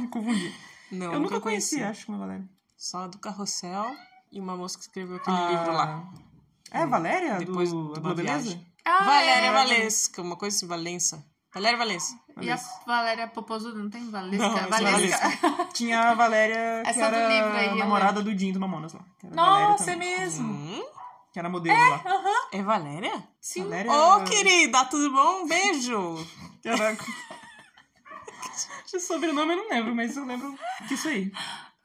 Speaker 2: Me Confundi.
Speaker 3: Então,
Speaker 4: Não,
Speaker 2: Eu, nunca conheci, acho, uma Valéria.
Speaker 4: Só do carrossel e uma moça que escreveu aquele
Speaker 2: Ah.
Speaker 4: livro lá.
Speaker 2: É, a Valéria?
Speaker 4: Depois
Speaker 2: do,
Speaker 4: de
Speaker 2: a
Speaker 4: uma
Speaker 2: Boa Beleza?
Speaker 4: viagem.
Speaker 3: Ah,
Speaker 4: Valéria
Speaker 3: é.
Speaker 4: Valesca, uma coisa assim, Valença. Valéria Valesca.
Speaker 3: E a Valéria Popozuda, não tem Valesca?
Speaker 4: Não, essa é
Speaker 3: Valesca.
Speaker 2: Tinha a Valéria, que
Speaker 3: Essa do
Speaker 2: era
Speaker 3: livro aí, eu
Speaker 2: namorada do Dinho do Mamonas lá. Que era Valéria
Speaker 3: Nossa, é
Speaker 2: também,
Speaker 3: mesmo.
Speaker 4: Hum?
Speaker 2: Que era modelo lá.
Speaker 4: É Valéria?
Speaker 3: Sim.
Speaker 4: Ô,
Speaker 2: Valéria...
Speaker 4: querida, tudo bom? Um beijo!
Speaker 2: Caraca. De sobrenome eu não lembro, mas eu lembro disso aí.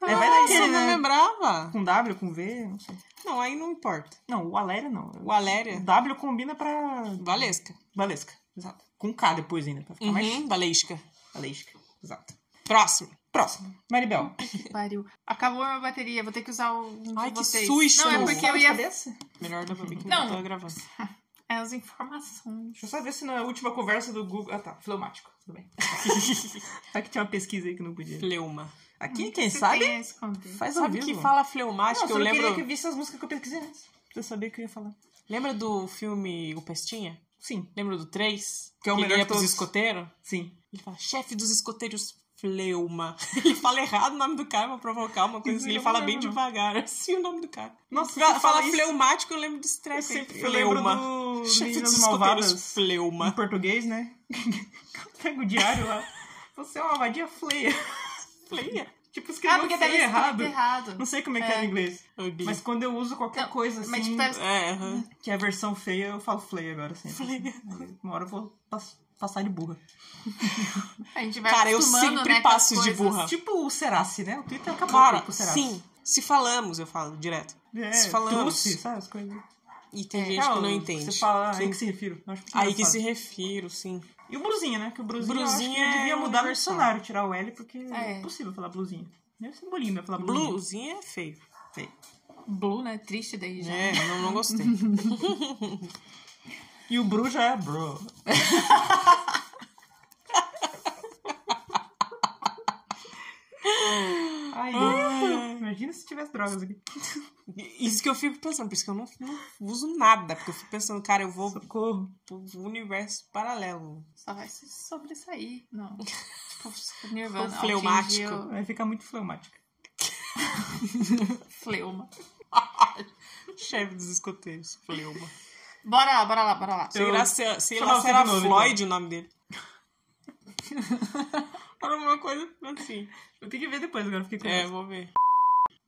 Speaker 2: É
Speaker 4: Você
Speaker 2: Valéria,
Speaker 4: não
Speaker 2: né?
Speaker 4: lembrava?
Speaker 2: Com W, com V, não sei.
Speaker 4: Não, aí não importa.
Speaker 2: Não, Valéria não.
Speaker 4: Valéria.
Speaker 2: O W combina pra...
Speaker 4: Valesca.
Speaker 2: Valesca, exato. Com K depois ainda, pra ficar Tá mais...
Speaker 4: Uhum, Valesca.
Speaker 2: Valesca, exato.
Speaker 4: Próximo.
Speaker 2: Próximo. Maribel.
Speaker 3: Que pariu. Acabou a minha bateria, vou ter que usar o. um de
Speaker 4: Ai, que
Speaker 3: vocês.
Speaker 4: susto.
Speaker 3: Não, é
Speaker 4: Não,
Speaker 3: porque
Speaker 2: Fala
Speaker 3: eu
Speaker 2: de
Speaker 3: ia.
Speaker 2: Cabeça.
Speaker 4: Melhor da Babi que
Speaker 3: Não.
Speaker 4: não tô gravando.
Speaker 3: É as informações.
Speaker 2: Deixa eu só ver se na última conversa do Google... Ah, tá. Fleumático. Tudo bem. Só que tinha uma pesquisa aí que não podia.
Speaker 4: Fleuma.
Speaker 2: Aqui, quem
Speaker 3: Você
Speaker 2: sabe,
Speaker 3: tem a esconder.
Speaker 2: faz ao
Speaker 4: Sabe
Speaker 2: vivo.
Speaker 4: que fala
Speaker 2: Não,
Speaker 4: fleumático?
Speaker 2: só
Speaker 4: Eu
Speaker 2: não queria
Speaker 4: lembro.
Speaker 2: que eu visse as músicas que eu pesquisei antes. Pra eu saber o que eu ia falar.
Speaker 4: Lembra do filme O Pestinha?
Speaker 2: Sim,
Speaker 4: Lembra do 3?
Speaker 2: Que é o melhor
Speaker 4: ele
Speaker 2: de
Speaker 4: ia pros
Speaker 2: todos.
Speaker 4: escoteiros?
Speaker 2: sim.
Speaker 4: Ele fala, chefe dos escoteiros Fleuma. Ele fala errado o nome do cara é pra provocar uma coisa
Speaker 2: Isso
Speaker 4: assim.
Speaker 2: eu
Speaker 4: Ele
Speaker 2: não
Speaker 4: fala
Speaker 2: lembro,
Speaker 4: bem
Speaker 2: não.
Speaker 4: devagar, assim o nome do cara.
Speaker 2: Nossa, você
Speaker 4: fala,
Speaker 2: fala isso-
Speaker 4: fleumático, eu lembro desse treco.
Speaker 2: Eu sempre
Speaker 4: aí.
Speaker 2: eu lembro do do
Speaker 4: Chefe
Speaker 2: Meninas
Speaker 4: dos
Speaker 2: Malvadas
Speaker 4: escoteiros
Speaker 2: em
Speaker 4: Fleuma.
Speaker 2: português, né? Pega o diário lá. Você é uma vadia fleia.
Speaker 4: Fleia.
Speaker 2: Tipo,
Speaker 3: Ah,
Speaker 2: escreveu
Speaker 3: porque
Speaker 2: feia
Speaker 3: deve
Speaker 2: errado.
Speaker 3: escrito errado.
Speaker 2: Não sei como é que é, em inglês.
Speaker 4: Ugly.
Speaker 2: Mas quando eu uso qualquer
Speaker 3: Não,
Speaker 2: coisa assim,
Speaker 3: mas tipo, deve-
Speaker 4: É, aham.
Speaker 2: que é a versão feia, eu falo fleia agora sempre. Uma hora eu vou pas- passar de burra.
Speaker 3: A gente vai
Speaker 4: Cara, eu
Speaker 3: acostumando,
Speaker 4: sempre
Speaker 3: né, com as
Speaker 4: passo de
Speaker 3: coisas.
Speaker 4: burra.
Speaker 2: Tipo o Serace, né? O Twitter acabou
Speaker 4: Cara,
Speaker 2: com o Serace.
Speaker 4: sim. Se falamos, eu falo direto.
Speaker 2: É,
Speaker 4: se falamos.
Speaker 2: trouxe, sabe? As coisas.
Speaker 4: E tem gente
Speaker 2: É,
Speaker 4: que não
Speaker 2: o-
Speaker 4: entende.
Speaker 2: Você fala
Speaker 4: Sim.
Speaker 2: aí que se refiro. Acho que
Speaker 4: Aí que
Speaker 2: engraçado.
Speaker 4: se refiro, sim.
Speaker 2: E o Bruzinha, né? Que o Bruzinha,
Speaker 4: Brusinha
Speaker 2: eu acho que
Speaker 4: é
Speaker 2: devia mudar no
Speaker 4: universal.
Speaker 2: dicionário, tirar o L, porque é
Speaker 3: É.
Speaker 2: impossível falar blusinha. Deve ser bolinha falar blusinha.
Speaker 4: Blusinha é feio. Feio.
Speaker 3: Blue, né? Triste daí já.
Speaker 4: É, não, não gostei.
Speaker 2: E o Bru já é bro. Aí, imagina se tivesse drogas aqui.
Speaker 4: Isso que eu fico pensando, por isso que eu não, não uso nada, porque eu fico pensando, cara, eu vou
Speaker 2: Socorro.
Speaker 4: pro universo paralelo.
Speaker 3: Só vai se sobressair. Não. tipo, Nirvana.
Speaker 4: Ficou fleumático.
Speaker 3: atingiu-
Speaker 2: Vai ficar muito fleumática.
Speaker 3: Fleuma.
Speaker 4: Chefe dos escoteiros, Fleuma.
Speaker 3: Bora lá, bora lá, bora lá.
Speaker 4: Sei lá se, é, sei
Speaker 2: Fala
Speaker 4: lá
Speaker 2: o
Speaker 4: se era
Speaker 2: seu nome,
Speaker 4: Floyd o nome dele. era uma coisa assim.
Speaker 2: Eu tenho que ver depois, agora fiquei com
Speaker 4: É,
Speaker 2: essa.
Speaker 4: vou ver.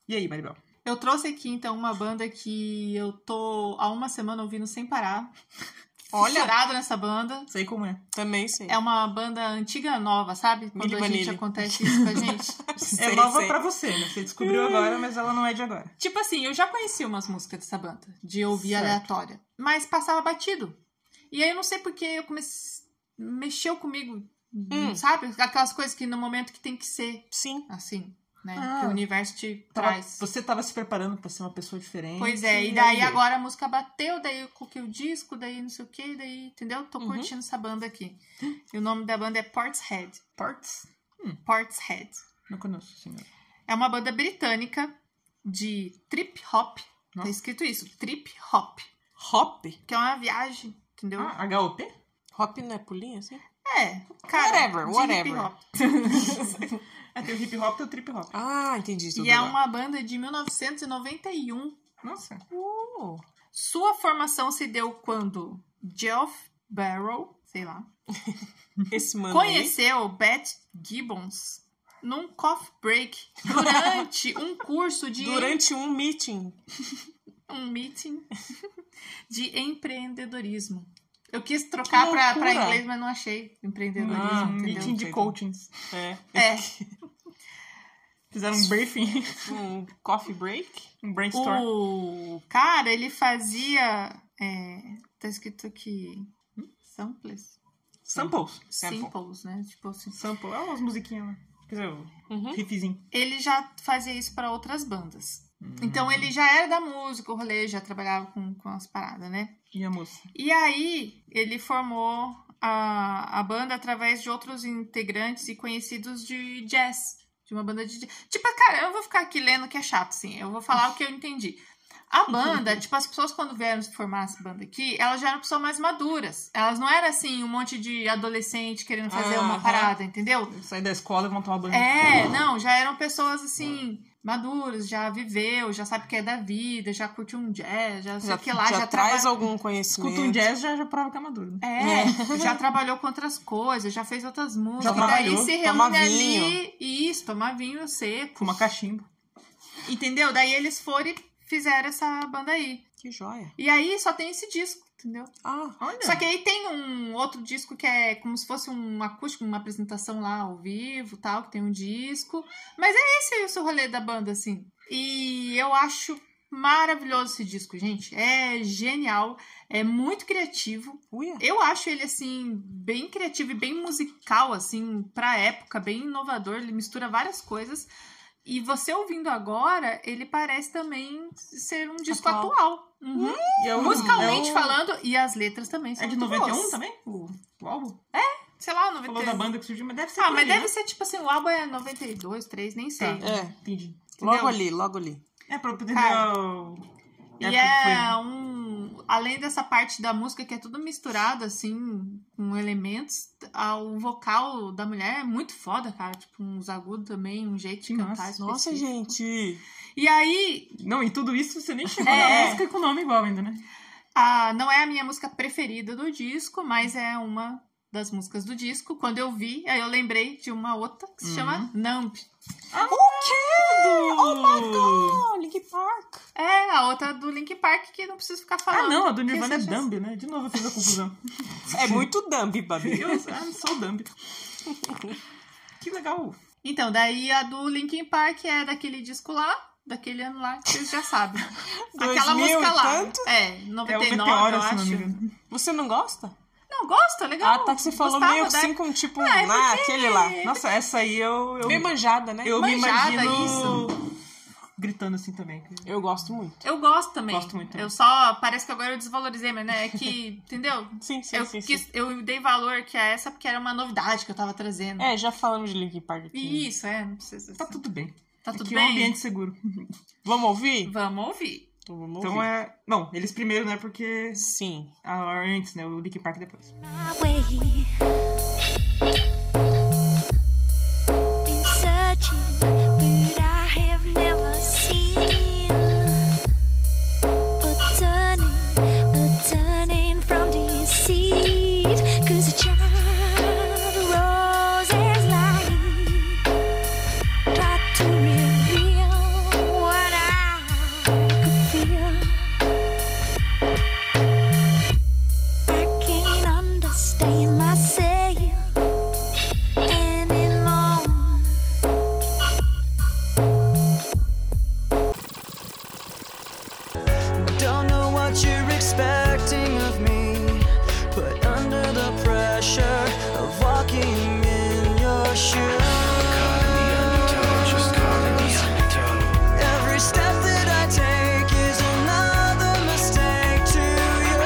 Speaker 2: E aí, Maribel?
Speaker 3: Eu trouxe aqui, então, uma banda que eu tô há uma semana ouvindo sem parar.
Speaker 4: Olha.
Speaker 3: Chorado nessa banda.
Speaker 2: Sei como é.
Speaker 4: Também sei.
Speaker 3: É uma banda antiga nova, sabe? Quando
Speaker 4: Milli
Speaker 3: a gente
Speaker 4: Vanilli.
Speaker 3: acontece isso com a gente.
Speaker 2: é
Speaker 4: Sei,
Speaker 2: nova
Speaker 4: sei.
Speaker 2: pra você, né? Você descobriu agora, mas ela não é de agora.
Speaker 3: Tipo assim, eu já conheci umas músicas dessa banda, de ouvir
Speaker 2: Certo.
Speaker 3: aleatória, mas passava batido. E aí eu não sei porque eu comecei. mexeu comigo,
Speaker 4: Hum.
Speaker 3: sabe? Aquelas coisas que no momento que tem que ser,
Speaker 4: Sim.
Speaker 3: assim, né?
Speaker 2: Ah.
Speaker 3: que o universo te
Speaker 2: Tava- né,
Speaker 3: traz.
Speaker 2: Você tava se preparando pra ser uma pessoa diferente.
Speaker 3: Pois é, e
Speaker 2: aí
Speaker 3: daí
Speaker 2: veio.
Speaker 3: agora a música bateu, daí eu coloquei o disco, daí não sei o que, daí, entendeu? Tô
Speaker 4: Uhum.
Speaker 3: curtindo essa banda aqui. E o nome da banda é Portshead.
Speaker 2: Parts?
Speaker 3: Portshead.
Speaker 2: Não conheço, senhor.
Speaker 3: É uma banda britânica de trip hop.
Speaker 2: Nossa.
Speaker 3: Tá escrito isso, trip hop.
Speaker 4: Hop?
Speaker 3: Que é uma viagem, entendeu?
Speaker 2: Ah, HOP?
Speaker 4: Hop não é pulinho, assim?
Speaker 3: É, cara.
Speaker 4: Whatever,
Speaker 3: de
Speaker 4: whatever.
Speaker 3: hip hop.
Speaker 2: É, tem o hip hop e tem o trip hop.
Speaker 4: Ah, entendi. tudo
Speaker 3: E é
Speaker 4: agora.
Speaker 3: uma banda de 1991.
Speaker 2: Nossa.
Speaker 3: Ah,
Speaker 4: Uh,
Speaker 3: Sua formação se deu quando Geoff Barrow, sei lá,
Speaker 4: esse mano aí.
Speaker 3: conheceu Beth Gibbons num coffee break durante um curso de
Speaker 4: Durante um meeting.
Speaker 3: um meeting de empreendedorismo. Eu quis trocar
Speaker 4: Que
Speaker 3: pra, pra
Speaker 4: loucura.
Speaker 3: inglês, mas não achei empreendedorismo,
Speaker 2: um
Speaker 4: Ah,
Speaker 3: entendeu?
Speaker 2: meeting de
Speaker 4: Entendi.
Speaker 2: coachings.
Speaker 4: É.
Speaker 3: É,
Speaker 2: Fizeram um briefing,
Speaker 4: Um coffee break.
Speaker 2: um brainstorm.
Speaker 3: O cara, ele fazia. É, tá escrito aqui. hum? Samples?
Speaker 2: Samples.
Speaker 4: Sample.
Speaker 3: Simples, né? Tipo assim.
Speaker 2: Sample. É umas musiquinhas lá. Quer dizer, o
Speaker 3: Hum?
Speaker 4: Uhum.
Speaker 2: riffzinho.
Speaker 3: Ele já fazia isso pra outras bandas. Então ele já era da música, o rolê, já trabalhava com, com as paradas, né?
Speaker 2: E a moça?
Speaker 3: E aí ele formou a, a banda através de outros integrantes e conhecidos de jazz. De uma banda de jazz. Tipo, cara, eu não vou ficar aqui lendo que é chato, assim. Eu vou falar o que eu entendi. A banda, tipo, as pessoas quando vieram se formar essa banda aqui, elas já eram pessoas mais maduras. Elas não eram assim, um monte de adolescente querendo fazer uma
Speaker 4: Aham.
Speaker 3: parada, entendeu?
Speaker 2: Sair da escola e montar uma banda.
Speaker 3: É, não, já eram pessoas assim, maduras, já viveu, já sabe o que é da vida, já curtiu um jazz, já não sei o que lá, já,
Speaker 4: traz
Speaker 3: traba-
Speaker 4: algum conhecimento.
Speaker 2: Escuta um jazz já, já prova que é maduro. né?
Speaker 3: é, já trabalhou com outras coisas, já fez outras músicas.
Speaker 2: trabalhou,
Speaker 3: Daí se
Speaker 4: toma
Speaker 3: reúne ali
Speaker 4: vinho.
Speaker 3: e isso, tomar vinho seco.
Speaker 2: Fuma cachimbo.
Speaker 3: Entendeu? Daí eles foram e fizeram essa banda aí.
Speaker 4: Que joia.
Speaker 3: E aí só tem esse disco, entendeu?
Speaker 4: Ah,
Speaker 2: Olha.
Speaker 3: Só que aí tem um outro disco que é como se fosse um acústico, uma apresentação lá ao vivo tal, que tem um disco. Mas é esse aí o seu rolê da banda, assim. E eu acho maravilhoso esse disco, gente. É genial, é muito criativo.
Speaker 4: uia.
Speaker 3: Eu acho ele, assim, bem criativo e bem musical, assim, pra época, bem inovador. Ele mistura várias coisas. E você ouvindo agora, ele parece também ser um disco
Speaker 4: Atual.
Speaker 3: atual. Uhum.
Speaker 2: E é o-
Speaker 3: Musicalmente
Speaker 2: é o-
Speaker 3: falando, e as letras também são
Speaker 2: É de
Speaker 3: muito
Speaker 2: 91
Speaker 3: boas.
Speaker 2: também? O, o álbum?
Speaker 3: Sei lá,
Speaker 2: Falou
Speaker 3: 91.
Speaker 2: da banda que surgiu, mas deve ser.
Speaker 3: Ah,
Speaker 2: por
Speaker 3: mas
Speaker 2: ali,
Speaker 3: deve
Speaker 2: né?
Speaker 3: ser tipo assim, o álbum é 92, 3, nem sei.
Speaker 2: Tá.
Speaker 4: É,
Speaker 2: Entendi.
Speaker 4: logo ali, logo ali.
Speaker 2: É pra poder
Speaker 3: Cara,
Speaker 2: ver o.
Speaker 3: E é um. Além dessa parte da música que é tudo misturado, assim, com elementos, a- o vocal da mulher é muito foda, cara. Tipo, uns agudos também, um jeito de
Speaker 2: Nossa,
Speaker 3: cantar.
Speaker 4: Nossa,
Speaker 3: específico.
Speaker 4: gente.
Speaker 3: E aí,
Speaker 2: Não, e tudo isso você nem chegou na
Speaker 3: É.
Speaker 2: música com o nome igual ainda, né?
Speaker 3: a- não é a minha música preferida do disco, mas é uma das músicas do disco. Quando eu vi, aí eu lembrei de uma outra que se
Speaker 2: Uhum.
Speaker 3: chama Numb.
Speaker 2: Oh
Speaker 3: tá
Speaker 2: my god!
Speaker 4: Ah, Link Park.
Speaker 3: É, a outra do Link Park que não preciso ficar falando.
Speaker 2: Ah, não, a do Nirvana é
Speaker 3: Porque você já-
Speaker 2: Dumb, né? De novo eu fiz a confusão.
Speaker 4: É muito dumb, Babi.
Speaker 2: Eu I'm so dumb. Que legal.
Speaker 3: Então, daí a do Linkin Park é daquele disco lá, daquele ano lá, que vocês já sabem.
Speaker 4: 2000
Speaker 3: Aquela
Speaker 4: e
Speaker 3: música lá.
Speaker 4: tanto?
Speaker 3: É,
Speaker 2: É o
Speaker 3: 99,
Speaker 2: meteoro,
Speaker 3: eu
Speaker 2: se não me
Speaker 3: acho.
Speaker 2: engano.
Speaker 4: Você não gosta?
Speaker 3: Não, gosta, legal.
Speaker 4: ah, tá que você falou
Speaker 3: Gostava
Speaker 4: meio que
Speaker 3: da
Speaker 4: assim com tipo,
Speaker 3: Ah, é
Speaker 4: ah,
Speaker 3: porque-
Speaker 4: aquele lá.
Speaker 2: Nossa, essa aí eu. Eu,
Speaker 4: Meio manjada, né?
Speaker 2: eu me
Speaker 3: Manjada,
Speaker 2: imagino. Gritando assim também.
Speaker 4: Eu gosto muito.
Speaker 3: Eu gosto também.
Speaker 2: Gosto muito também.
Speaker 3: Eu só. Parece que agora eu desvalorizei, mas né? É que. entendeu?
Speaker 4: Sim, sim,
Speaker 2: É
Speaker 3: eu,
Speaker 4: sim,
Speaker 3: quis-
Speaker 4: sim.
Speaker 3: eu dei valor que a essa porque era uma novidade que eu tava trazendo.
Speaker 4: É, já falamos de Linkin Park aqui.
Speaker 3: Isso, é. Não precisa.
Speaker 2: Tá tudo bem.
Speaker 3: tá tudo
Speaker 2: Aqui é um
Speaker 3: bem.
Speaker 2: ambiente seguro.
Speaker 4: Vamos ouvir?
Speaker 3: Vamos ouvir.
Speaker 4: Então assim. vamos
Speaker 2: Então
Speaker 4: ouvir.
Speaker 2: é. Não, eles primeiro, né? Porque.
Speaker 4: Sim.
Speaker 2: Ah, antes, né? O Linkin Park depois.
Speaker 5: way Been searching, but I have never seen a turning, a turning from deceit. 'Cause a child rose is lying, tried to reveal what I could feel. I can't understand myself anymore.
Speaker 7: Don't know what you're expecting of me, but under the pressure of walking in your shoes, every step that I take is another mistake to you.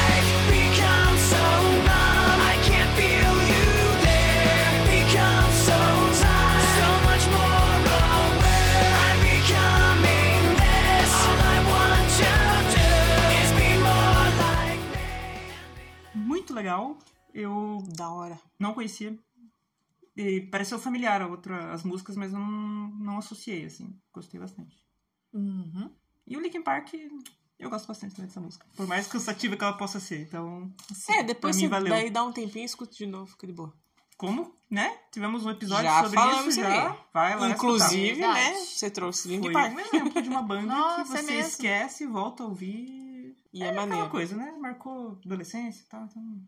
Speaker 7: I've become so numb, I can't feel you there. Become so tired, so much more aware. I'm becoming this. All I want to do is be more like
Speaker 2: Muito legal. Eu
Speaker 4: Da hora.
Speaker 2: não conhecia. E pareceu familiar a outra, as músicas, mas eu não, não associei, assim. Gostei bastante.
Speaker 3: Uhum.
Speaker 2: E o Linkin Park, eu gosto bastante também dessa música. Por mais cansativa que ela possa ser. Então, assim,
Speaker 4: É, depois
Speaker 2: pra
Speaker 4: você
Speaker 2: mim valeu.
Speaker 4: daí dá um tempinho e escuta de novo, fica de boa.
Speaker 2: Como, né? Tivemos um episódio
Speaker 4: Já
Speaker 2: sobre
Speaker 4: falamos
Speaker 2: isso
Speaker 4: sobre
Speaker 2: já.
Speaker 4: ele.
Speaker 2: Vai lá
Speaker 4: Inclusive,
Speaker 3: escutar.
Speaker 4: né?
Speaker 3: Verdade.
Speaker 4: Você trouxe
Speaker 2: escutar.
Speaker 4: Linkin
Speaker 2: Foi um
Speaker 4: Park.
Speaker 2: exemplo de uma banda
Speaker 3: Nossa,
Speaker 2: que você
Speaker 3: é mesmo.
Speaker 2: esquece, volta a ouvir.
Speaker 4: E é, maneiro.
Speaker 2: Aquela coisa, né? Marcou adolescência e tal, então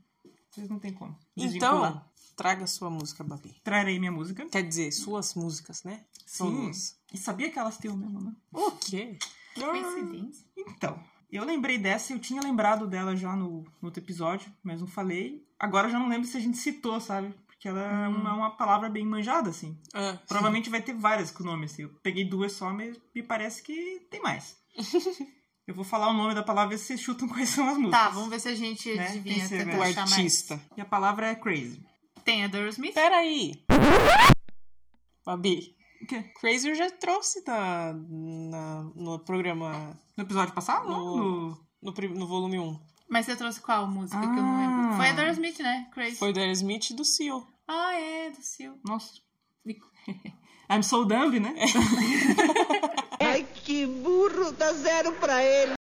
Speaker 2: vocês não tem como. desvincular.
Speaker 4: Então, traga sua música, Babi.
Speaker 2: Trarei minha música.
Speaker 4: Quer dizer, suas músicas, né? São
Speaker 2: Sim.
Speaker 4: duas.
Speaker 2: E sabia que elas têm o mesmo nome?
Speaker 4: O quê? Ah,
Speaker 3: Coincidência.
Speaker 2: Então, eu lembrei dessa, eu tinha lembrado dela já no, no outro episódio, mas não falei. Agora eu já não lembro se a gente citou, sabe? Porque ela é uma, uma palavra bem manjada, assim.
Speaker 4: Ah,
Speaker 2: Provavelmente vai ter várias com o nome, assim. Eu peguei duas só, mas me parece que tem mais. eu vou falar o nome da palavra e vocês chutam quais são as músicas.
Speaker 3: Tá, vamos ver se a gente
Speaker 2: Né?
Speaker 3: adivinha.
Speaker 2: Quem será?
Speaker 3: tentar
Speaker 4: o
Speaker 3: achar mais.
Speaker 4: artista.
Speaker 2: E a palavra é crazy.
Speaker 3: Tem a Aerosmith?
Speaker 4: Peraí. Babi.
Speaker 2: O quê?
Speaker 4: Crazy eu já trouxe na, na- no programa,
Speaker 2: No episódio passado?
Speaker 4: No-
Speaker 2: No...
Speaker 4: no, prim- no volume 1.
Speaker 3: Mas você trouxe qual música que eu não
Speaker 2: Ah.
Speaker 3: lembro? Foi a Aerosmith, né? Crazy.
Speaker 4: Foi do Aerosmith e do Seal.
Speaker 3: Ah, é, do Sil.
Speaker 2: Nossa. I'm so dumb, né?
Speaker 9: Ai, que burro, dá zero pra ele.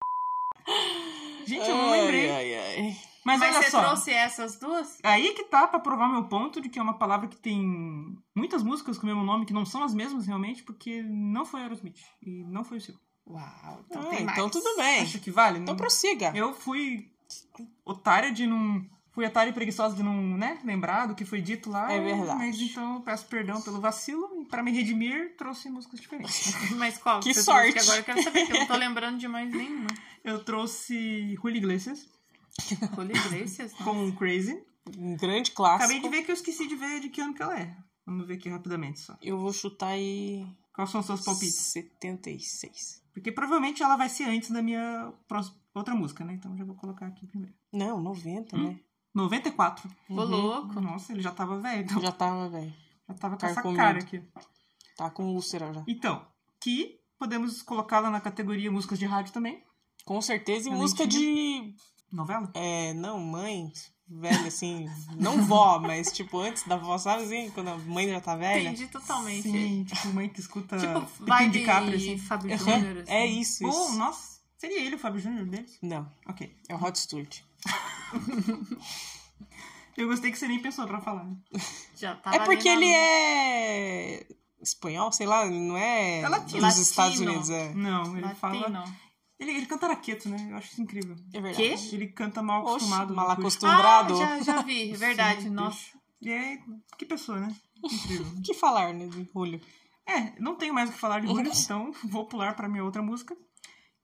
Speaker 2: Gente, eu não lembrei.
Speaker 4: Ai, ai, ai.
Speaker 2: Mas,
Speaker 3: Mas
Speaker 2: olha
Speaker 3: você
Speaker 2: só.
Speaker 3: trouxe essas duas?
Speaker 2: Aí que tá pra provar meu ponto de que é uma palavra que tem muitas músicas com o mesmo nome que não são as mesmas realmente, porque não foi Aerosmith e não foi o seu.
Speaker 3: Uau,
Speaker 4: Ah,
Speaker 3: então tem mais.
Speaker 4: então tudo bem.
Speaker 2: Acho que vale?
Speaker 3: né?
Speaker 4: Então
Speaker 2: Não-
Speaker 4: prossiga.
Speaker 2: Eu fui otária de não. Fui otária e preguiçosa de não, né? Lembrar do que foi dito lá.
Speaker 4: É verdade.
Speaker 2: Mas então eu peço perdão pelo vacilo e pra me redimir trouxe músicas diferentes.
Speaker 3: Mas qual?
Speaker 4: Que
Speaker 3: você
Speaker 4: sorte.
Speaker 3: trouxe? Que agora eu quero saber, que eu não tô lembrando de mais nenhuma.
Speaker 2: eu trouxe Julio Iglesias
Speaker 3: Julio Iglesias? não.
Speaker 2: com Crazy.
Speaker 4: Um grande clássico.
Speaker 2: Acabei de ver que eu esqueci de ver de que ano que ela é. Vamos ver aqui rapidamente só.
Speaker 4: Eu vou chutar aí...
Speaker 2: Quais são os seus palpites?
Speaker 4: 76.
Speaker 2: Porque provavelmente ela vai ser antes da minha próxima- outra música, né? Então já vou colocar aqui primeiro.
Speaker 4: Não, 90,
Speaker 2: Hum?
Speaker 4: né?
Speaker 2: 94.
Speaker 3: Ô, louco.
Speaker 2: Nossa, ele já tava velho. Então
Speaker 4: Já tava, velho.
Speaker 2: já tava com essa
Speaker 4: Carcomido.
Speaker 2: cara aqui.
Speaker 4: Tá com úlcera já.
Speaker 2: Então, que podemos colocá-la na categoria músicas de rádio também.
Speaker 4: Com certeza. E
Speaker 2: Eu nem
Speaker 4: música de...
Speaker 2: Novela?
Speaker 4: É, não, mãe... Velha, assim... não vó, mas tipo, antes da vó, sabe assim? Quando a mãe já tá velha.
Speaker 3: Entendi totalmente.
Speaker 2: Sim, tipo, mãe que escuta
Speaker 3: Tipo,
Speaker 2: Pepino
Speaker 3: vai
Speaker 2: de
Speaker 3: de
Speaker 2: Capra, assim.
Speaker 3: Fábio Júnior, assim.
Speaker 4: É isso, isso.
Speaker 2: Ou, nossa, seria ele o Fábio Júnior deles?
Speaker 4: Não,
Speaker 2: Ok.
Speaker 4: é o Rod Stewart.
Speaker 2: Eu gostei que você nem pensou pra falar. né?
Speaker 3: Já tá tava
Speaker 4: É porque
Speaker 3: ali
Speaker 4: ele
Speaker 3: na-
Speaker 4: é espanhol, sei lá, ele não é
Speaker 2: É latino.
Speaker 4: dos Estados
Speaker 3: Latino.
Speaker 4: Unidos. É,
Speaker 2: Não, ele fala...
Speaker 3: Latino.
Speaker 2: Ele, ele canta raqueto, né? Eu acho isso incrível.
Speaker 4: é verdade.
Speaker 3: Quê?
Speaker 2: Ele canta mal
Speaker 4: Oxe,
Speaker 2: acostumado.
Speaker 4: mal
Speaker 2: acostumado.
Speaker 4: acostumado. Assombrado.
Speaker 3: Ah, já, já vi, é verdade.
Speaker 2: Sim,
Speaker 3: Nossa,
Speaker 2: E é. Que pessoa, né? Incrível.
Speaker 4: O que falar, né, de Julio?
Speaker 2: É, não tenho mais o que falar de Hulk, então vou pular pra minha outra música.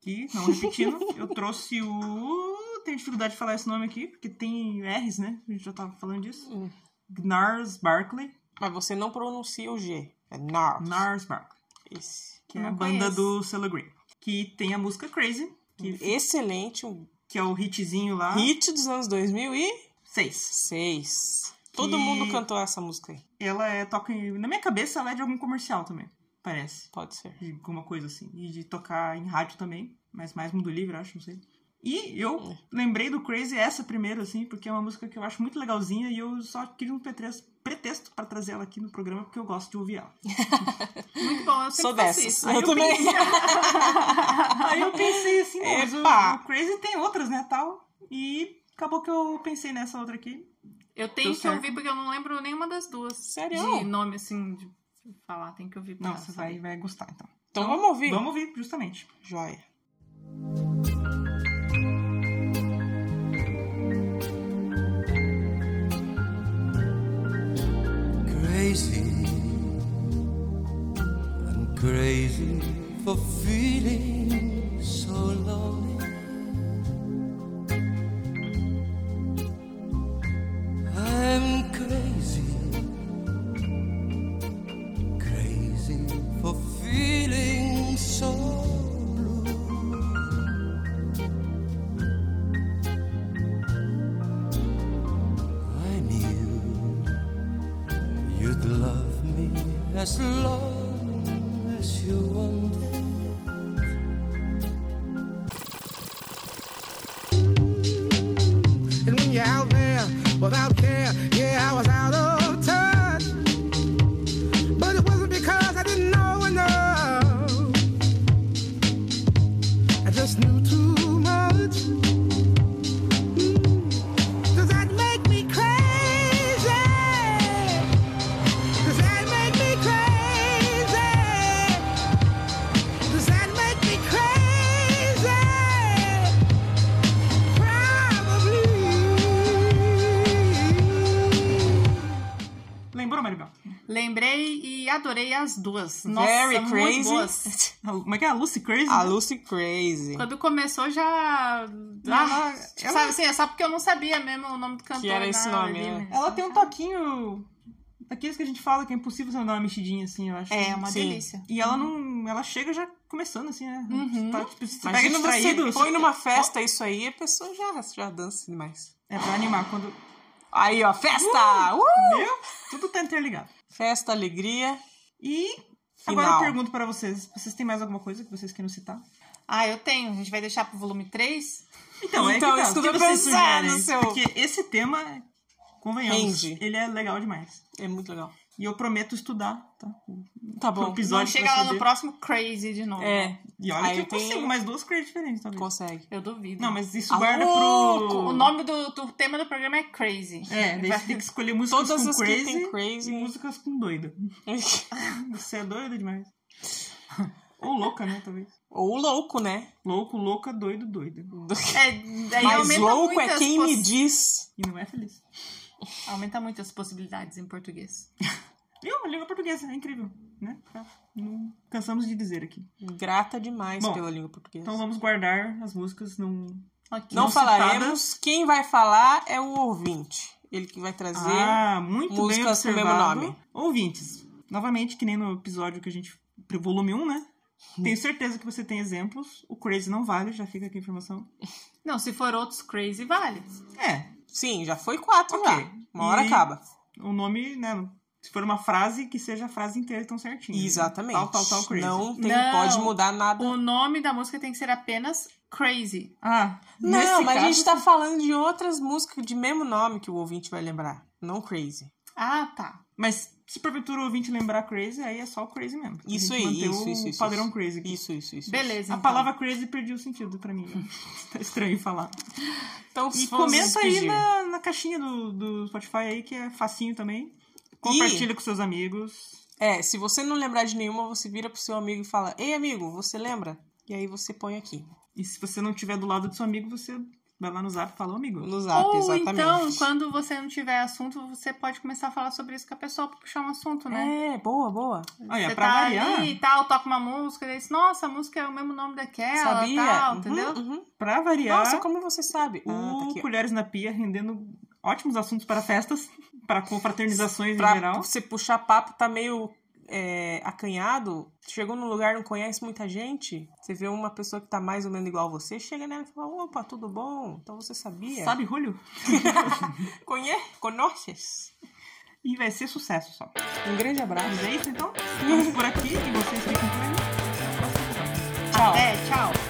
Speaker 2: Que, não repetindo, eu trouxe o. Tenho dificuldade de falar esse nome aqui, porque tem R's, né? A gente já tava falando disso.
Speaker 4: Hum.
Speaker 2: Gnars Barkley.
Speaker 4: Mas você não pronuncia o G. É nar.
Speaker 2: Gnars Barkley.
Speaker 4: Esse.
Speaker 2: Que é
Speaker 3: Não
Speaker 2: a banda
Speaker 3: conheço.
Speaker 2: do Celo Green. Que tem a música Crazy, que,
Speaker 4: Excelente. Um
Speaker 2: que é o hitzinho lá.
Speaker 4: hit dos anos 2006.
Speaker 2: 6. Que-
Speaker 4: Todo mundo cantou essa música aí.
Speaker 2: Ela é. Toca. em- Na minha cabeça, ela é de algum comercial também, parece.
Speaker 4: Pode ser.
Speaker 2: de alguma coisa assim. E de tocar em rádio também, mas mais Mundo Livre, acho, não sei. E eu
Speaker 4: É.
Speaker 2: lembrei do Crazy essa primeiro, assim, porque é uma música que eu acho muito legalzinha e eu só queria um pretres- pretexto pra trazer ela aqui no programa, porque eu gosto de ouvir ela.
Speaker 3: Muito bom, eu sempre
Speaker 4: Sou
Speaker 3: faço
Speaker 4: dessas.
Speaker 3: isso.
Speaker 4: Eu, também.
Speaker 2: Aí eu pensei assim, não, mas o,
Speaker 4: Epa!
Speaker 2: o Crazy tem outras, né, tal. E acabou que eu pensei nessa outra aqui.
Speaker 3: Eu tenho
Speaker 2: Deu
Speaker 3: que
Speaker 2: certo.
Speaker 3: ouvir porque eu não lembro nenhuma das duas.
Speaker 4: Sério?
Speaker 3: De nome assim, de falar, tem que ouvir. pra
Speaker 2: Não, você
Speaker 3: saber.
Speaker 2: vai, vai gostar, então.
Speaker 4: Então vamos ouvir.
Speaker 2: Vamos ouvir, justamente.
Speaker 4: Joia.
Speaker 7: crazy. I'm crazy for feeling so lonely. I'm crazy, crazy for feeling so blue. I knew You'd love me as long as you wanted. And when you're out there without care, yeah, I was out of touch. But it wasn't because I didn't know enough. I just knew too much. Mm. Does that make me crazy? Does that make me crazy? Does that make me crazy? Probably.
Speaker 2: Lembrou, Maribel?
Speaker 3: Lembrei e adorei as duas. Nossa,
Speaker 4: Very
Speaker 3: muito boas.
Speaker 4: crazy.
Speaker 2: A- Como é que é? A Lucy Crazy?
Speaker 4: A
Speaker 2: né?
Speaker 4: Lucy Crazy.
Speaker 3: Quando começou já.
Speaker 2: ela-
Speaker 3: Ah, Sabe assim, é só porque eu não sabia mesmo o nome do cantor.
Speaker 4: era esse
Speaker 3: nada
Speaker 4: nome,
Speaker 3: ali,
Speaker 4: né?
Speaker 3: mas-
Speaker 2: Ela tem um toquinho. Daqueles que a gente fala que é impossível você não dar uma mexidinha assim, eu acho.
Speaker 3: É, uma
Speaker 4: Sim.
Speaker 3: delícia.
Speaker 2: E ela não. Ela chega já começando, assim, né?
Speaker 3: Uhum.
Speaker 2: Você Tá, tipo, você pega
Speaker 4: Imagina
Speaker 2: distraído.
Speaker 4: você põe numa festa isso aí, a pessoa já, já dança demais.
Speaker 2: É pra animar. Quando.
Speaker 4: Aí, ó, festa! Uh!
Speaker 2: Viu? Tudo tá interligado.
Speaker 4: Festa, alegria.
Speaker 2: E agora
Speaker 4: Final.
Speaker 2: eu pergunto pra vocês: vocês têm mais alguma coisa que vocês queiram citar?
Speaker 3: Ah, eu tenho. A gente vai deixar pro volume 3.
Speaker 2: Então, é
Speaker 4: Então,
Speaker 2: que tá.
Speaker 4: isso que eu
Speaker 2: O
Speaker 4: tô
Speaker 2: vocês
Speaker 4: pensando,
Speaker 2: sugerem?
Speaker 4: seu-
Speaker 2: Porque esse tema, convenhamos,
Speaker 4: Rende.
Speaker 2: ele é legal demais.
Speaker 4: É muito legal.
Speaker 2: E eu prometo estudar, tá?
Speaker 4: Tá
Speaker 2: Pro
Speaker 4: bom.
Speaker 2: episódio.
Speaker 3: Não chega
Speaker 2: pra
Speaker 3: lá
Speaker 2: saber.
Speaker 3: no próximo Crazy de novo.
Speaker 4: É,
Speaker 2: E olha
Speaker 4: Aí
Speaker 2: que eu
Speaker 4: tem-
Speaker 2: consigo, mais duas coisas diferentes, talvez.
Speaker 4: consegue.
Speaker 3: Eu duvido.
Speaker 2: Não, mas isso
Speaker 4: Ah,
Speaker 2: guarda pro.
Speaker 3: O nome do, do tema do programa é Crazy.
Speaker 2: É, daí você tem que escolher músicas
Speaker 4: Todas
Speaker 2: com
Speaker 4: as que
Speaker 2: crazy,
Speaker 4: tem crazy.
Speaker 2: e músicas com doida. Você é doida demais. Ou louca, né, talvez.
Speaker 4: Ou louco, né?
Speaker 2: Louco, louca, doido, doida.
Speaker 3: É, daí
Speaker 4: Mas
Speaker 3: aumenta
Speaker 4: louco
Speaker 3: muito
Speaker 4: é
Speaker 3: as
Speaker 4: quem
Speaker 3: poss-
Speaker 4: me diz.
Speaker 2: E não é feliz.
Speaker 3: Aumenta muito as possibilidades em português.
Speaker 2: E uma língua portuguesa, é incrível, né? Tá. Não cansamos de dizer aqui.
Speaker 4: Grata demais
Speaker 2: Bom,
Speaker 4: pela língua portuguesa.
Speaker 2: Então vamos né? guardar as músicas num...
Speaker 3: Ok.
Speaker 4: não
Speaker 2: não
Speaker 4: falaremos. Quem vai falar é o ouvinte. Ele que vai trazer.
Speaker 2: Ah, muito bem
Speaker 4: músicas com o mesmo
Speaker 2: observado.
Speaker 4: nome.
Speaker 2: Ouvintes, novamente, que nem no episódio que a gente... pro Volume 1, né? Tenho certeza que você tem exemplos. O Crazy não vale, já fica aqui a informação.
Speaker 3: Não, se for outros Crazy, vale.
Speaker 2: É,
Speaker 4: Sim, já foi quatro
Speaker 2: Ok.
Speaker 4: já. Uma hora
Speaker 2: E-
Speaker 4: acaba.
Speaker 2: o nome, né? Se for uma frase, que seja a frase inteira tão certinho. né?
Speaker 4: Exatamente.
Speaker 2: Tal, tal, tal, Crazy.
Speaker 4: Não, tem,
Speaker 3: Não.
Speaker 4: pode mudar nada.
Speaker 3: O nome da música tem que ser apenas Crazy.
Speaker 2: Ah,
Speaker 4: Não,
Speaker 2: nesse
Speaker 4: mas
Speaker 2: caso-
Speaker 4: a gente tá falando de outras músicas de mesmo nome que o ouvinte vai lembrar. Não Crazy.
Speaker 3: Ah, tá.
Speaker 2: Mas se porventura o ouvinte lembrar crazy, aí é só o crazy mesmo. A
Speaker 4: Isso
Speaker 2: gente
Speaker 4: aí,
Speaker 2: manter
Speaker 4: isso,
Speaker 2: o
Speaker 4: isso, isso.
Speaker 2: padrão crazy. aqui.
Speaker 4: Isso, isso, isso.
Speaker 3: Beleza.
Speaker 2: A
Speaker 3: então.
Speaker 2: palavra crazy perdeu o sentido pra mim. né? tá estranho falar.
Speaker 4: Então,
Speaker 2: E
Speaker 4: vamos
Speaker 2: comenta aí
Speaker 4: despedir.
Speaker 2: na, na caixinha do, do Spotify aí, que é facinho também. Compartilha com seus amigos.
Speaker 4: É, se você não lembrar de nenhuma, você vira pro seu amigo e fala: Ei, amigo, você lembra? E aí você põe aqui.
Speaker 2: E se você não tiver do lado do seu amigo, você Vai lá no zap e fala, "Ô, amigo.
Speaker 4: No zap,
Speaker 3: Ou
Speaker 4: é exatamente.
Speaker 3: então, quando você não tiver assunto, você pode começar a falar sobre isso com a pessoa pra puxar um assunto, né?
Speaker 4: É, boa, boa.
Speaker 2: Olha,
Speaker 3: Você
Speaker 2: É, pra
Speaker 3: tá
Speaker 2: variar,
Speaker 3: ali e tal, toca uma música, e diz, nossa, a música é o mesmo nome daquela,
Speaker 4: Sabia?
Speaker 3: tal,
Speaker 4: Uhum,
Speaker 3: entendeu?
Speaker 4: uhum.
Speaker 2: pra variar,
Speaker 4: Nossa, como você sabe? Ah, tá
Speaker 2: o
Speaker 4: aqui, ó.
Speaker 2: Colheres na Pia rendendo ótimos assuntos para festas, para confraternizações
Speaker 4: pra
Speaker 2: em geral.
Speaker 4: você puxar papo, tá meio é, acanhado, chegou num lugar, não conhece muita gente, você vê uma pessoa que tá mais ou menos igual a você, chega nela e fala, opa, tudo bom? Então você sabia?
Speaker 2: Sabe, Julio?
Speaker 4: Conhece? Conoces?
Speaker 2: E vai ser sucesso só.
Speaker 4: Um grande abraço.
Speaker 2: Mas é isso então. Ficamos por aqui e vocês ficam por aí.
Speaker 4: Tchau.
Speaker 3: É, tchau.